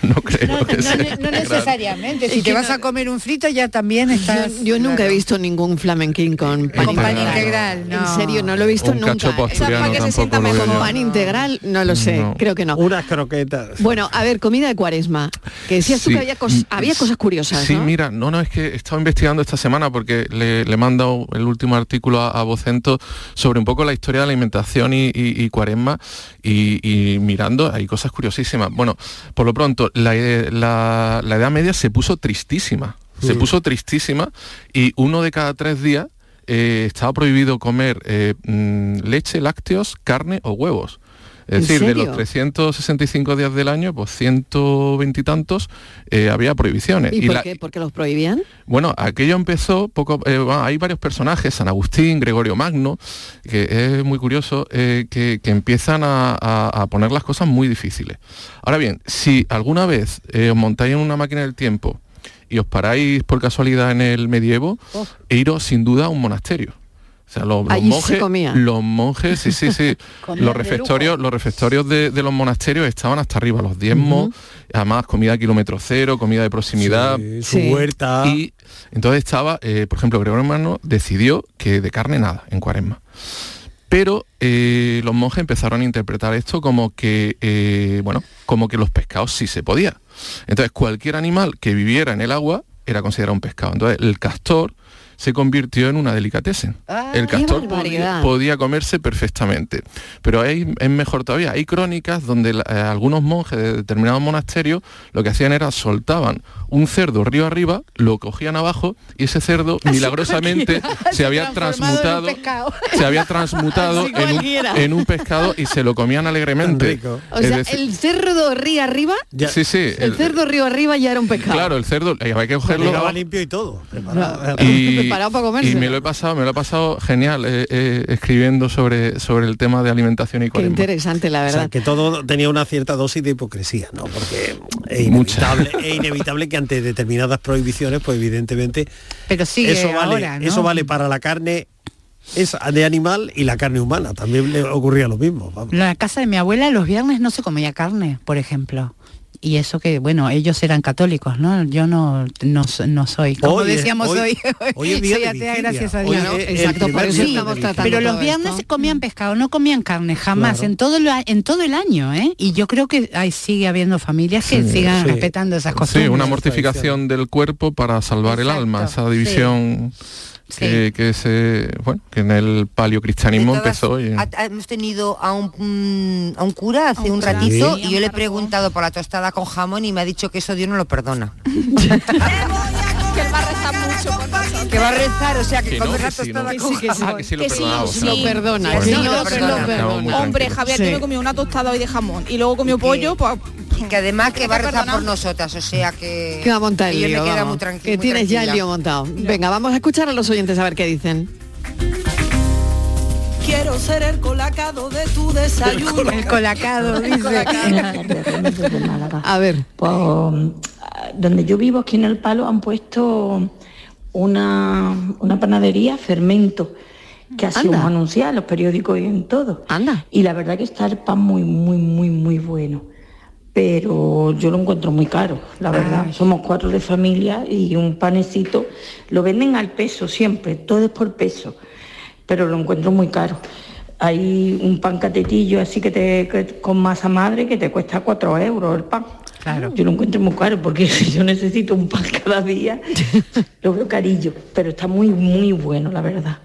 [SPEAKER 9] no creo que sea
[SPEAKER 5] No
[SPEAKER 9] integral.
[SPEAKER 5] necesariamente,
[SPEAKER 3] Y
[SPEAKER 5] si te
[SPEAKER 3] que
[SPEAKER 5] vas
[SPEAKER 3] no-
[SPEAKER 5] a comer un frito ya también estás...
[SPEAKER 3] Yo nunca he visto ningún flamenquín con pan
[SPEAKER 5] Con pan integral, no.
[SPEAKER 3] En serio, no lo he visto
[SPEAKER 9] Un
[SPEAKER 3] nunca.
[SPEAKER 9] cacho
[SPEAKER 3] Esa
[SPEAKER 9] posturiano
[SPEAKER 3] pan que se
[SPEAKER 9] tampoco
[SPEAKER 3] sienta
[SPEAKER 9] lo
[SPEAKER 3] mejor
[SPEAKER 9] veo
[SPEAKER 3] con
[SPEAKER 9] yo.
[SPEAKER 3] pan integral, no lo sé,
[SPEAKER 9] No.
[SPEAKER 3] creo que no.
[SPEAKER 6] Unas croquetas.
[SPEAKER 3] Bueno, a ver, comida de cuaresma. Que decías tú
[SPEAKER 9] Sí. Mm,
[SPEAKER 3] que había, cos- había cosas curiosas,
[SPEAKER 9] Sí,
[SPEAKER 3] ¿no?
[SPEAKER 9] mira, no, no, es que he estado investigando esta semana porque le, le he mandado el último artículo a, a Vocento sobre un poco la historia de la alimentación y, y- y cuaresma y, y mirando, hay cosas curiosísimas. Bueno, Por lo pronto, la, eh, la- la Edad Media se puso tristísima. Se
[SPEAKER 27] Mm.
[SPEAKER 9] puso tristísima y uno de cada tres días eh, estaba prohibido comer eh, mm, leche, lácteos, carne o huevos.
[SPEAKER 27] ¿En
[SPEAKER 9] Es decir, de
[SPEAKER 27] serio?
[SPEAKER 9] los 365 días del año, pues 120 y tantos eh, había prohibiciones.
[SPEAKER 3] ¿Y,
[SPEAKER 9] Y
[SPEAKER 3] por
[SPEAKER 9] la-
[SPEAKER 3] qué? ¿Por qué los prohibían?
[SPEAKER 9] bueno, aquello empezó poco. eh, bueno, hay varios personajes, San Agustín, Gregorio Magno, que es muy curioso, eh, que, que empiezan a, a- a poner las cosas muy difíciles. Ahora bien, si alguna vez eh, os montáis en una máquina del tiempo y os paráis por casualidad en el medievo, e iros sin duda a un monasterio. O sea, los, los
[SPEAKER 27] Oh. Allí se
[SPEAKER 9] monjes,
[SPEAKER 27] comía.
[SPEAKER 9] los monjes, sí, sí, sí.
[SPEAKER 27] Comían
[SPEAKER 9] los
[SPEAKER 27] de
[SPEAKER 9] refectorios, los refectorios de, de los monasterios estaban hasta arriba, los diezmos, además comida a kilómetro cero, comida de proximidad,
[SPEAKER 6] su Sí. huerta.
[SPEAKER 9] Y entonces estaba, eh, por ejemplo, Gregorio Magno decidió que de carne nada en Cuaresma. Pero eh, los monjes empezaron a interpretar esto como que, eh, bueno, como que los pescados sí se podía. Entonces cualquier animal que viviera en el agua era considerado un pescado. Entonces el castor se convirtió en una delicatessen. el
[SPEAKER 3] qué
[SPEAKER 9] castor podía,
[SPEAKER 3] Ah, barbaridad.
[SPEAKER 9] podía comerse perfectamente. Pero hay, es mejor todavía. Hay crónicas donde la- eh, algunos monjes de determinados monasterios lo que hacían era soltaban un cerdo río arriba, lo cogían abajo y ese cerdo milagrosamente se había transmutado se había transmutado
[SPEAKER 3] Así
[SPEAKER 9] en un,
[SPEAKER 3] cualquiera.
[SPEAKER 9] en un pescado y se lo comían alegremente.
[SPEAKER 3] O
[SPEAKER 9] Es
[SPEAKER 3] sea,
[SPEAKER 9] decir-
[SPEAKER 3] el cerdo río arriba,
[SPEAKER 9] sí, sí,
[SPEAKER 3] el, cerdo río arriba ya era un pescado.
[SPEAKER 9] Claro, el cerdo, eh, había que cogerlo.
[SPEAKER 6] Llegaba limpio y todo. preparado.
[SPEAKER 9] Y,
[SPEAKER 3] Preparado para comerse.
[SPEAKER 9] y me lo he pasado, me lo he pasado genial eh, eh, escribiendo sobre, sobre el tema de alimentación y
[SPEAKER 3] Qué
[SPEAKER 9] cuaresma.
[SPEAKER 3] interesante, la
[SPEAKER 6] O sea,
[SPEAKER 3] verdad.
[SPEAKER 6] que todo tenía una cierta dosis de hipocresía, ¿no? Porque es inevitable, es inevitable que ante determinadas prohibiciones, pues evidentemente
[SPEAKER 5] Pero sigue
[SPEAKER 6] eso vale,
[SPEAKER 5] ahora, ¿no?
[SPEAKER 6] eso vale para la carne esa de animal y la carne humana. También le ocurría lo mismo. vamos.
[SPEAKER 5] La casa de mi abuela los viernes no se comía carne, por ejemplo. Y eso que, bueno, ellos eran católicos, ¿no? Yo no, no, so- no soy. Como
[SPEAKER 6] Hoy es-
[SPEAKER 5] decíamos
[SPEAKER 6] hoy-
[SPEAKER 5] hoy,
[SPEAKER 6] hoy es día
[SPEAKER 5] soy
[SPEAKER 6] de
[SPEAKER 5] atea,
[SPEAKER 6] vigilia.
[SPEAKER 5] gracias a
[SPEAKER 6] Hoy
[SPEAKER 5] Dios.
[SPEAKER 6] es el Exacto, primer por eso día de estamos vigilia. tratando
[SPEAKER 5] Pero los
[SPEAKER 6] todo
[SPEAKER 5] viernes
[SPEAKER 6] esto.
[SPEAKER 5] se comían pescado, no comían carne jamás, en, todo lo- en todo el año, ¿eh? Y yo creo que ahí sigue habiendo familias que
[SPEAKER 9] Sí,
[SPEAKER 5] sigan
[SPEAKER 9] Mm, sí.
[SPEAKER 5] respetando esas
[SPEAKER 9] Sí,
[SPEAKER 5] costumbres.
[SPEAKER 9] una mortificación del cuerpo para salvar el alma, esa división que, que se, bueno, que en el paleocristianismo empezó. y-
[SPEAKER 7] Ha- ha- Hemos tenido a un, mm, a un cura hace un ratito
[SPEAKER 9] Sí.
[SPEAKER 7] y yo le he preguntado por la tostada con jamón y me ha dicho que eso Dios no lo perdona.
[SPEAKER 8] Que él va a rezar mucho por nosotros.
[SPEAKER 7] Que va a rezar, o sea, que
[SPEAKER 8] Que
[SPEAKER 7] cuando
[SPEAKER 8] no,
[SPEAKER 7] la
[SPEAKER 8] que sí,
[SPEAKER 7] tostada
[SPEAKER 8] no.
[SPEAKER 7] con
[SPEAKER 8] Que sí, que sí.
[SPEAKER 7] jamón-
[SPEAKER 9] que sí lo perdonaba, o sea,
[SPEAKER 8] lo perdona,
[SPEAKER 9] Bueno,
[SPEAKER 8] sí,
[SPEAKER 9] bueno,
[SPEAKER 8] lo perdona.
[SPEAKER 9] estamos muy
[SPEAKER 8] Hombre,
[SPEAKER 9] tranquilos.
[SPEAKER 8] Javier, yo me comí una tostada hoy de jamón y luego comió pollo, pues...
[SPEAKER 7] Y que además que va a rezar por nosotras, o sea que...
[SPEAKER 3] Que va a montar el
[SPEAKER 7] que yo me
[SPEAKER 3] lío.
[SPEAKER 7] he quedado
[SPEAKER 3] vamos,
[SPEAKER 7] muy tranqui-
[SPEAKER 3] que
[SPEAKER 7] muy
[SPEAKER 3] tienes ya el
[SPEAKER 7] tranquila.
[SPEAKER 3] lío montado. Venga, vamos a escuchar a los oyentes a ver qué dicen.
[SPEAKER 18] Quiero ser el colacado de tu desayuno. El colacado,
[SPEAKER 3] A ver.
[SPEAKER 13] Pues, donde yo vivo, aquí en El Palo, han puesto una, una panadería, Fermento, que así
[SPEAKER 14] Anda.
[SPEAKER 13] lo anunciado en los periódicos y en todo. Y la verdad que está el pan muy, muy, muy, muy bueno. Pero yo lo encuentro muy caro, la verdad. Somos cuatro de familia y un panecito lo venden al peso siempre, todo es por peso, pero lo encuentro muy caro. Hay un pan catetillo así que te que- con masa madre que te cuesta cuatro euros el pan. Yo lo encuentro muy caro porque yo necesito un pan cada día. lo veo carillo, pero está muy, muy bueno, la verdad.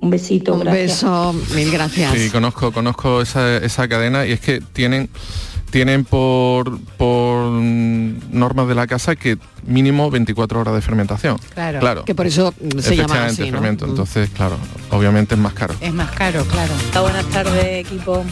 [SPEAKER 13] Un besito,
[SPEAKER 3] Un
[SPEAKER 13] gracias.
[SPEAKER 3] beso, mil gracias.
[SPEAKER 9] Sí, conozco, conozco esa, esa cadena y es que tienen tienen por, por mm, normas de la casa que mínimo 24 horas de fermentación.
[SPEAKER 3] Que por eso mm, se llama
[SPEAKER 9] Efectivamente,
[SPEAKER 3] así, ¿no?
[SPEAKER 9] fermento. Entonces, claro, obviamente es más caro.
[SPEAKER 5] Es más caro, claro.
[SPEAKER 14] Ah, buenas tardes, equipo.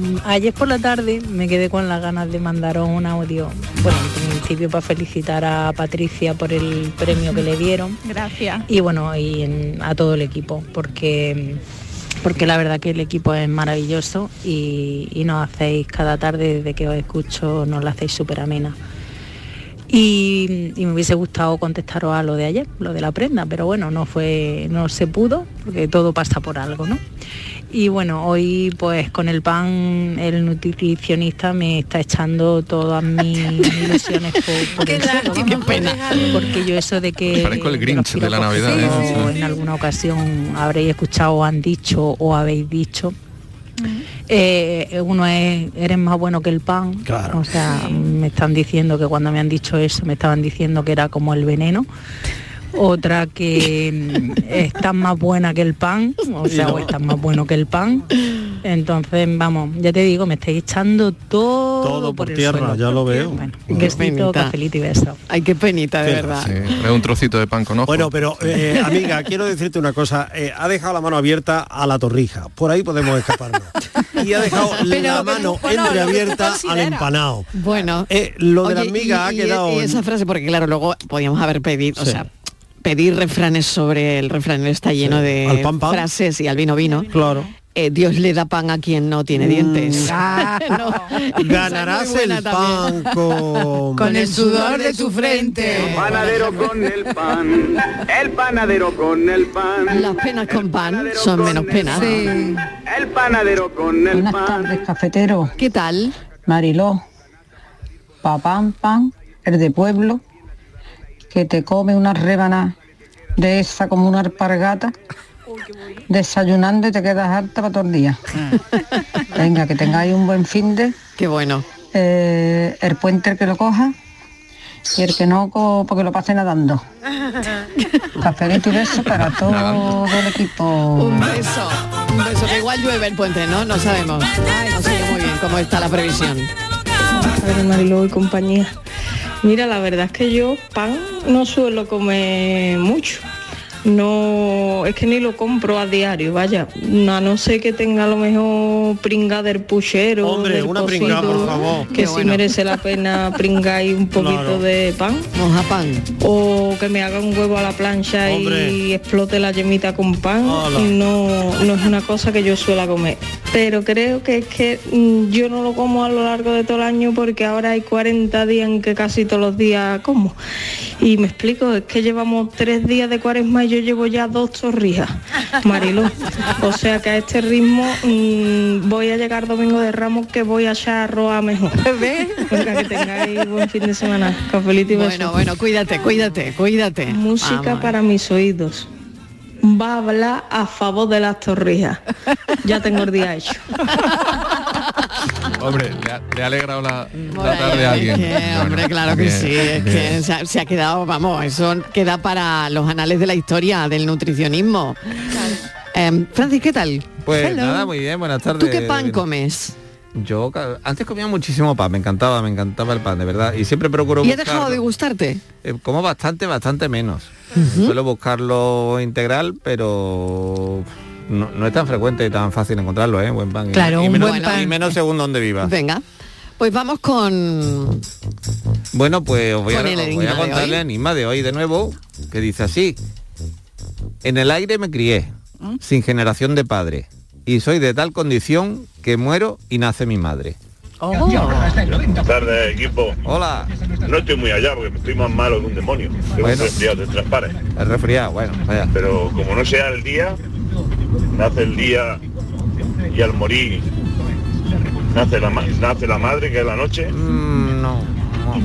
[SPEAKER 14] Mm, Ayer por la tarde me quedé con las ganas de mandaros un audio. Bueno, en principio para felicitar a Patricia por el premio que le dieron.
[SPEAKER 8] Gracias.
[SPEAKER 14] Y bueno, y en- a todo el equipo, porque, mm, porque la verdad que el equipo es maravilloso y, y nos hacéis cada tarde desde que os escucho, nos la hacéis súper amena. Y, y me hubiese gustado contestaros a lo de ayer, lo de la prenda, pero bueno, no fue, no se pudo, porque todo pasa por algo, ¿no? Y bueno, hoy pues con el pan el nutricionista me está echando todas mis ilusiones por, por el suelo, ¿no? Porque yo eso de
[SPEAKER 3] Eh,
[SPEAKER 14] que
[SPEAKER 9] Parezco el Grinch de la
[SPEAKER 14] piropos
[SPEAKER 9] Navidad.
[SPEAKER 14] que
[SPEAKER 9] ¿eh?
[SPEAKER 14] o en alguna ocasión habréis escuchado o han dicho o habéis dicho. Eh, uno es, eres más bueno que el pan. O sea, me están diciendo que cuando me han dicho eso me estaban diciendo que era como el veneno. Otra que mm, estás más buena que el pan, o sea, o estás más bueno que el pan. Entonces, vamos, ya te digo, me estáis echando todo,
[SPEAKER 6] todo por,
[SPEAKER 14] por el
[SPEAKER 6] tierra,
[SPEAKER 14] suelo.
[SPEAKER 6] ya lo veo.
[SPEAKER 14] Besito, cafelito y beso.
[SPEAKER 3] Ay, qué penita,
[SPEAKER 6] de verdad.
[SPEAKER 9] Es un trocito de pan con ojo.
[SPEAKER 6] Bueno, pero eh, amiga, quiero decirte una cosa. eh, ha dejado la mano abierta a la torrija. Por ahí podemos escaparnos. Y ha dejado la mano entreabierta al empanado.
[SPEAKER 3] Bueno,
[SPEAKER 6] Eh, lo de la
[SPEAKER 3] oye,
[SPEAKER 6] miga ha
[SPEAKER 3] y-
[SPEAKER 6] quedado
[SPEAKER 3] Y
[SPEAKER 6] en-
[SPEAKER 3] esa frase, porque claro, luego podíamos haber pedido, o
[SPEAKER 6] Sí.
[SPEAKER 3] sea, pedir refranes sobre el refranero está lleno de
[SPEAKER 6] Al pan, pan.
[SPEAKER 3] frases y al vino vino.
[SPEAKER 6] Claro. Mm. Ah.
[SPEAKER 3] Eh, Dios le da pan a quien no tiene dientes.
[SPEAKER 6] Ganarás el pan con...
[SPEAKER 3] Con el sudor
[SPEAKER 4] de
[SPEAKER 3] tu frente.
[SPEAKER 1] Panadero con el pan, el panadero con el pan,
[SPEAKER 3] Las penas con pan son menos penas.
[SPEAKER 1] el panadero con el
[SPEAKER 27] Buenas
[SPEAKER 1] pan.
[SPEAKER 27] tardes, cafetero.
[SPEAKER 3] ¿Qué tal?
[SPEAKER 27] Mariló. Papán pan, el de pueblo, que te come una rebanada de esa como una alpargata. Desayunando y te quedas harta para todo el día. Venga, que tengáis un buen fin de. eh,
[SPEAKER 3] Qué bueno.
[SPEAKER 27] el puente el que lo coja y el que no, co- porque lo pase nadando. Cafelito y beso para todo el equipo.
[SPEAKER 3] Un beso, un beso, que igual llueve el puente, ¿no? No sabemos. No sé muy bien cómo está la previsión.
[SPEAKER 15] Padre Mariló y compañía. Mira, la verdad es que yo pan no suelo comer mucho. No, es que ni lo compro a diario, vaya. A no ser que tenga a lo mejor pringa del puchero.
[SPEAKER 6] Hombre,
[SPEAKER 15] del
[SPEAKER 6] una pringa, por
[SPEAKER 15] cocido,
[SPEAKER 6] favor.
[SPEAKER 15] Que
[SPEAKER 6] Qué
[SPEAKER 15] sí
[SPEAKER 6] bueno.
[SPEAKER 15] merece la pena pringar ahí un poquito
[SPEAKER 6] Claro.
[SPEAKER 15] de pan.
[SPEAKER 3] Moja pan.
[SPEAKER 15] O que me haga un huevo a la plancha y
[SPEAKER 6] Hombre.
[SPEAKER 15] explote la yemita con pan.
[SPEAKER 6] Hola.
[SPEAKER 15] Y no, no es una cosa que yo suela comer. Pero creo que es que mm, yo no lo como a lo largo de todo el año porque ahora hay 40 días en que casi todos los días como. Y me explico, es que llevamos tres días de cuaresma y yo llevo ya dos torrijas, Marilo. O sea que a este ritmo mm, voy a llegar domingo de ramos que voy a echar arroz a mejor. Venga, que tengáis buen fin de semana. Cafelito y
[SPEAKER 3] Bueno, bueno, cuídate, cuídate, cuídate.
[SPEAKER 15] Música
[SPEAKER 3] Vamos.
[SPEAKER 15] para mis oídos. Va a hablar a favor de las torrijas. Ya tengo el día hecho.
[SPEAKER 9] Hombre, le ha, le ha alegrado la, la
[SPEAKER 15] Hombre,
[SPEAKER 9] tarde a alguien.
[SPEAKER 3] Que, eh, hombre, claro que
[SPEAKER 9] bien,
[SPEAKER 3] sí, es
[SPEAKER 9] bien.
[SPEAKER 3] que se ha, se ha quedado, vamos, eso queda para los anales de la historia del nutricionismo. Em, Francis, ¿qué tal?
[SPEAKER 28] Pues
[SPEAKER 3] Hello.
[SPEAKER 28] nada, muy bien, buenas tardes.
[SPEAKER 3] ¿Tú qué pan comes?
[SPEAKER 28] Yo ca- antes comía muchísimo pan, me encantaba, me encantaba el pan, de verdad. Y siempre procuro
[SPEAKER 3] ¿Y has
[SPEAKER 28] buscar-
[SPEAKER 3] dejado de gustarte?
[SPEAKER 28] eh, como bastante, bastante menos. Suelo buscarlo integral, pero no, no es tan frecuente y tan fácil encontrarlo, ¿eh? Buen pan. Y-
[SPEAKER 3] Claro,
[SPEAKER 28] y
[SPEAKER 3] un
[SPEAKER 28] menos,
[SPEAKER 3] buen pan.
[SPEAKER 28] Y menos según donde viva.
[SPEAKER 3] Venga, pues vamos con...
[SPEAKER 28] Bueno, pues os voy, a,
[SPEAKER 3] Con el
[SPEAKER 28] os voy
[SPEAKER 3] enigma
[SPEAKER 28] a
[SPEAKER 3] de
[SPEAKER 28] contar el
[SPEAKER 3] hoy.
[SPEAKER 28] enigma de hoy de nuevo, que dice así. En el aire me crié,
[SPEAKER 3] ¿Mm?
[SPEAKER 28] sin generación de padre, y soy de tal condición que muero y nace mi madre.
[SPEAKER 25] Oh.
[SPEAKER 21] Buenas tardes, equipo.
[SPEAKER 28] Hola.
[SPEAKER 21] Eh, No estoy muy allá porque estoy más malo que un demonio. Tengo
[SPEAKER 28] Bueno.
[SPEAKER 21] un resfriado de tres pares.
[SPEAKER 28] El resfriado, bueno, vaya.
[SPEAKER 21] Pero como no sea el día, nace el día y al morir nace la, ma- nace la madre, que es la noche.
[SPEAKER 28] no.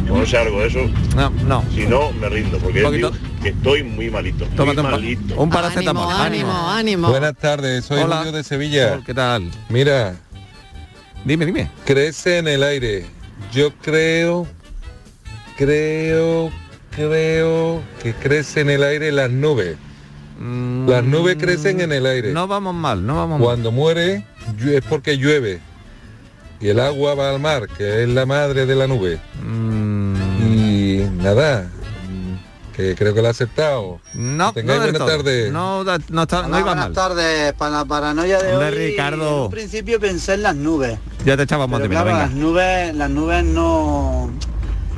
[SPEAKER 21] Como no sea algo de eso.
[SPEAKER 28] Mm. No, no.
[SPEAKER 21] Si no, me rindo, porque yo
[SPEAKER 28] Poquito.
[SPEAKER 21] digo que estoy muy malito. muy
[SPEAKER 28] Tómate un pa-
[SPEAKER 21] malito.
[SPEAKER 28] un paracetamol.
[SPEAKER 3] Ánimo, ánimo.
[SPEAKER 29] Buenas tardes, soy
[SPEAKER 28] Hola.
[SPEAKER 29] Julio de Sevilla.
[SPEAKER 28] ¿Qué tal?
[SPEAKER 29] Mira.
[SPEAKER 28] Dime, dime.
[SPEAKER 29] Crece en el aire. Yo creo, creo, creo que crece en el aire las nubes. Las nubes crecen en el aire.
[SPEAKER 28] Mm, No vamos mal, no vamos mal.
[SPEAKER 29] Cuando muere llu- es porque llueve. Y el agua va al mar, que es la madre de la nube.
[SPEAKER 28] Mm.
[SPEAKER 29] Y nada, mm, que creo que lo ha aceptado.
[SPEAKER 28] No,
[SPEAKER 29] Tengáis
[SPEAKER 28] no del
[SPEAKER 29] buena
[SPEAKER 28] todo.
[SPEAKER 29] tarde.
[SPEAKER 28] No, da- no, está- no iba
[SPEAKER 29] buenas
[SPEAKER 28] mal.
[SPEAKER 29] tardes, para la paranoia de
[SPEAKER 28] Hombre,
[SPEAKER 29] hoy.
[SPEAKER 28] Ricardo.
[SPEAKER 29] En un principio pensé en las nubes.
[SPEAKER 28] Ya te echábamos
[SPEAKER 29] Pero
[SPEAKER 28] de menos,
[SPEAKER 29] claro,
[SPEAKER 28] venga.
[SPEAKER 29] las nubes, las nubes no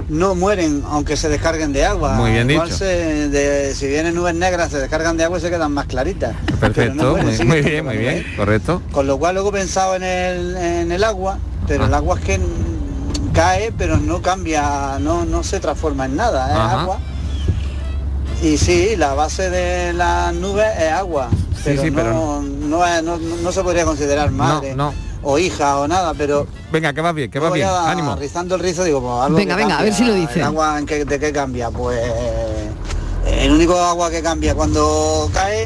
[SPEAKER 29] no mueren aunque se descarguen de agua.
[SPEAKER 28] Muy bien
[SPEAKER 29] Igual
[SPEAKER 28] dicho.
[SPEAKER 29] se- de- si vienen nubes negras, se descargan de agua y se quedan más claritas. Pero no
[SPEAKER 28] Perfecto,
[SPEAKER 29] mueren,
[SPEAKER 28] muy,
[SPEAKER 29] siguen
[SPEAKER 28] muy
[SPEAKER 29] estando
[SPEAKER 28] bien,
[SPEAKER 29] las
[SPEAKER 28] muy
[SPEAKER 29] nubes
[SPEAKER 28] bien, correcto.
[SPEAKER 29] ahí. Con lo cual luego he pensado en el, en el agua, pero
[SPEAKER 28] Ah.
[SPEAKER 29] el agua es que mm, cae, pero no cambia, no, no se transforma en nada, es
[SPEAKER 28] Ajá.
[SPEAKER 29] agua. Y sí, la base de las nubes es agua, pero,
[SPEAKER 28] sí,
[SPEAKER 29] no,
[SPEAKER 28] pero
[SPEAKER 29] no es- no- no se podría considerar madre o hija o nada, pero
[SPEAKER 28] Venga, que vas bien, que vas
[SPEAKER 29] luego
[SPEAKER 28] bien,
[SPEAKER 29] ya
[SPEAKER 28] ánimo.
[SPEAKER 29] Rizando el rizo, digo, pues algo
[SPEAKER 3] Venga,
[SPEAKER 29] que
[SPEAKER 3] venga, a ver si lo dice.
[SPEAKER 29] ¿El agua en qué- de qué cambia? Pues el único agua que cambia cuando cae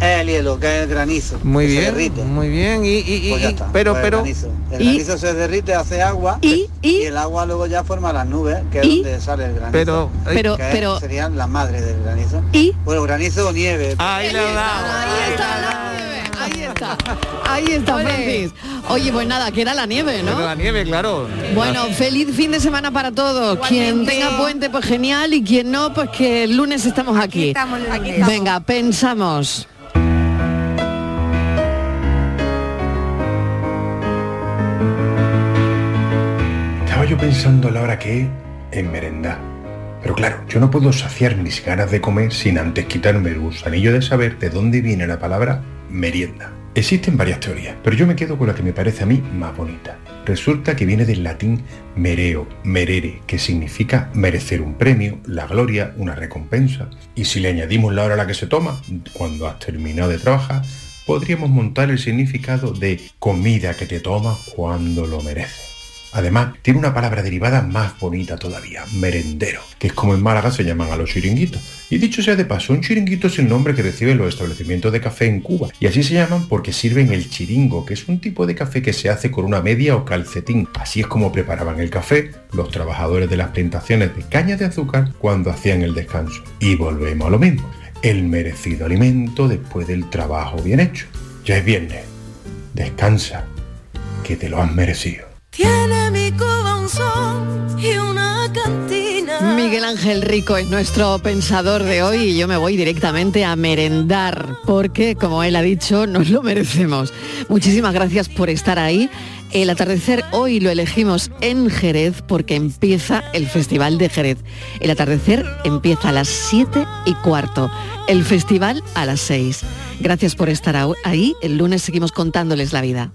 [SPEAKER 29] es el hielo, que es el granizo.
[SPEAKER 28] Muy
[SPEAKER 29] que se
[SPEAKER 28] bien,
[SPEAKER 29] derrite.
[SPEAKER 28] muy bien, y, y- y-
[SPEAKER 29] Pues ya
[SPEAKER 28] y-
[SPEAKER 29] está,
[SPEAKER 28] pero,
[SPEAKER 29] pues el
[SPEAKER 28] pero,
[SPEAKER 29] granizo. El
[SPEAKER 28] y-
[SPEAKER 29] granizo se derrite, hace agua y, el agua luego ya forma las nubes, que es donde sale el granizo.
[SPEAKER 28] Pero-
[SPEAKER 29] que
[SPEAKER 28] Pero-
[SPEAKER 29] es-
[SPEAKER 28] pero-
[SPEAKER 29] serían las madres del granizo. pues.
[SPEAKER 3] ¿Y?
[SPEAKER 29] Bueno, granizo o nieve.
[SPEAKER 28] Ahí le ha dado.
[SPEAKER 3] Ahí está. está. Ahí está, Francis. Oye, pues nada, que era la nieve, ¿no?
[SPEAKER 28] Pero la nieve, claro.
[SPEAKER 3] Bueno, feliz fin de semana para todos. Quien tenga puente, pues genial. Y quien no, pues que el lunes estamos aquí.
[SPEAKER 7] estamos el lunes.
[SPEAKER 3] Venga, pensamos.
[SPEAKER 2] Estaba yo pensando a la hora que es en merendar. Pero claro, yo no puedo saciar mis ganas de comer sin antes quitarme el gusanillo de saber de dónde viene la palabra merienda. Existen varias teorías, pero yo me quedo con la que me parece a mí más bonita. Resulta que viene del latín mereo, merere, que significa merecer un premio, la gloria, una recompensa. Y si le añadimos la hora a la que se toma, cuando has terminado de trabajar, podríamos montar el significado de comida que te tomas cuando lo mereces. Además, tiene una palabra derivada más bonita todavía, merendero, que es como en Málaga se llaman a los chiringuitos. Y dicho sea de paso, un chiringuito es el nombre que reciben los establecimientos de café en Cuba. Y así se llaman porque sirven el chiringo, que es un tipo de café que se hace con una media o calcetín. Así es como preparaban el café los trabajadores de las plantaciones de caña de azúcar cuando hacían el descanso. Y volvemos a lo mismo, el merecido alimento después del trabajo bien hecho. Ya es viernes, descansa, que te lo has merecido.
[SPEAKER 4] Tiene mi Cuba un son y una cantina.
[SPEAKER 3] Miguel Ángel Rico es nuestro pensador de hoy y yo me voy directamente a merendar porque, como él ha dicho, nos lo merecemos. Muchísimas gracias por estar ahí. El atardecer hoy lo elegimos en Jerez porque empieza el Festival de Jerez. El atardecer empieza a las 7 y cuarto, el festival a las 6. Gracias por estar au- ahí. El lunes seguimos contándoles la vida.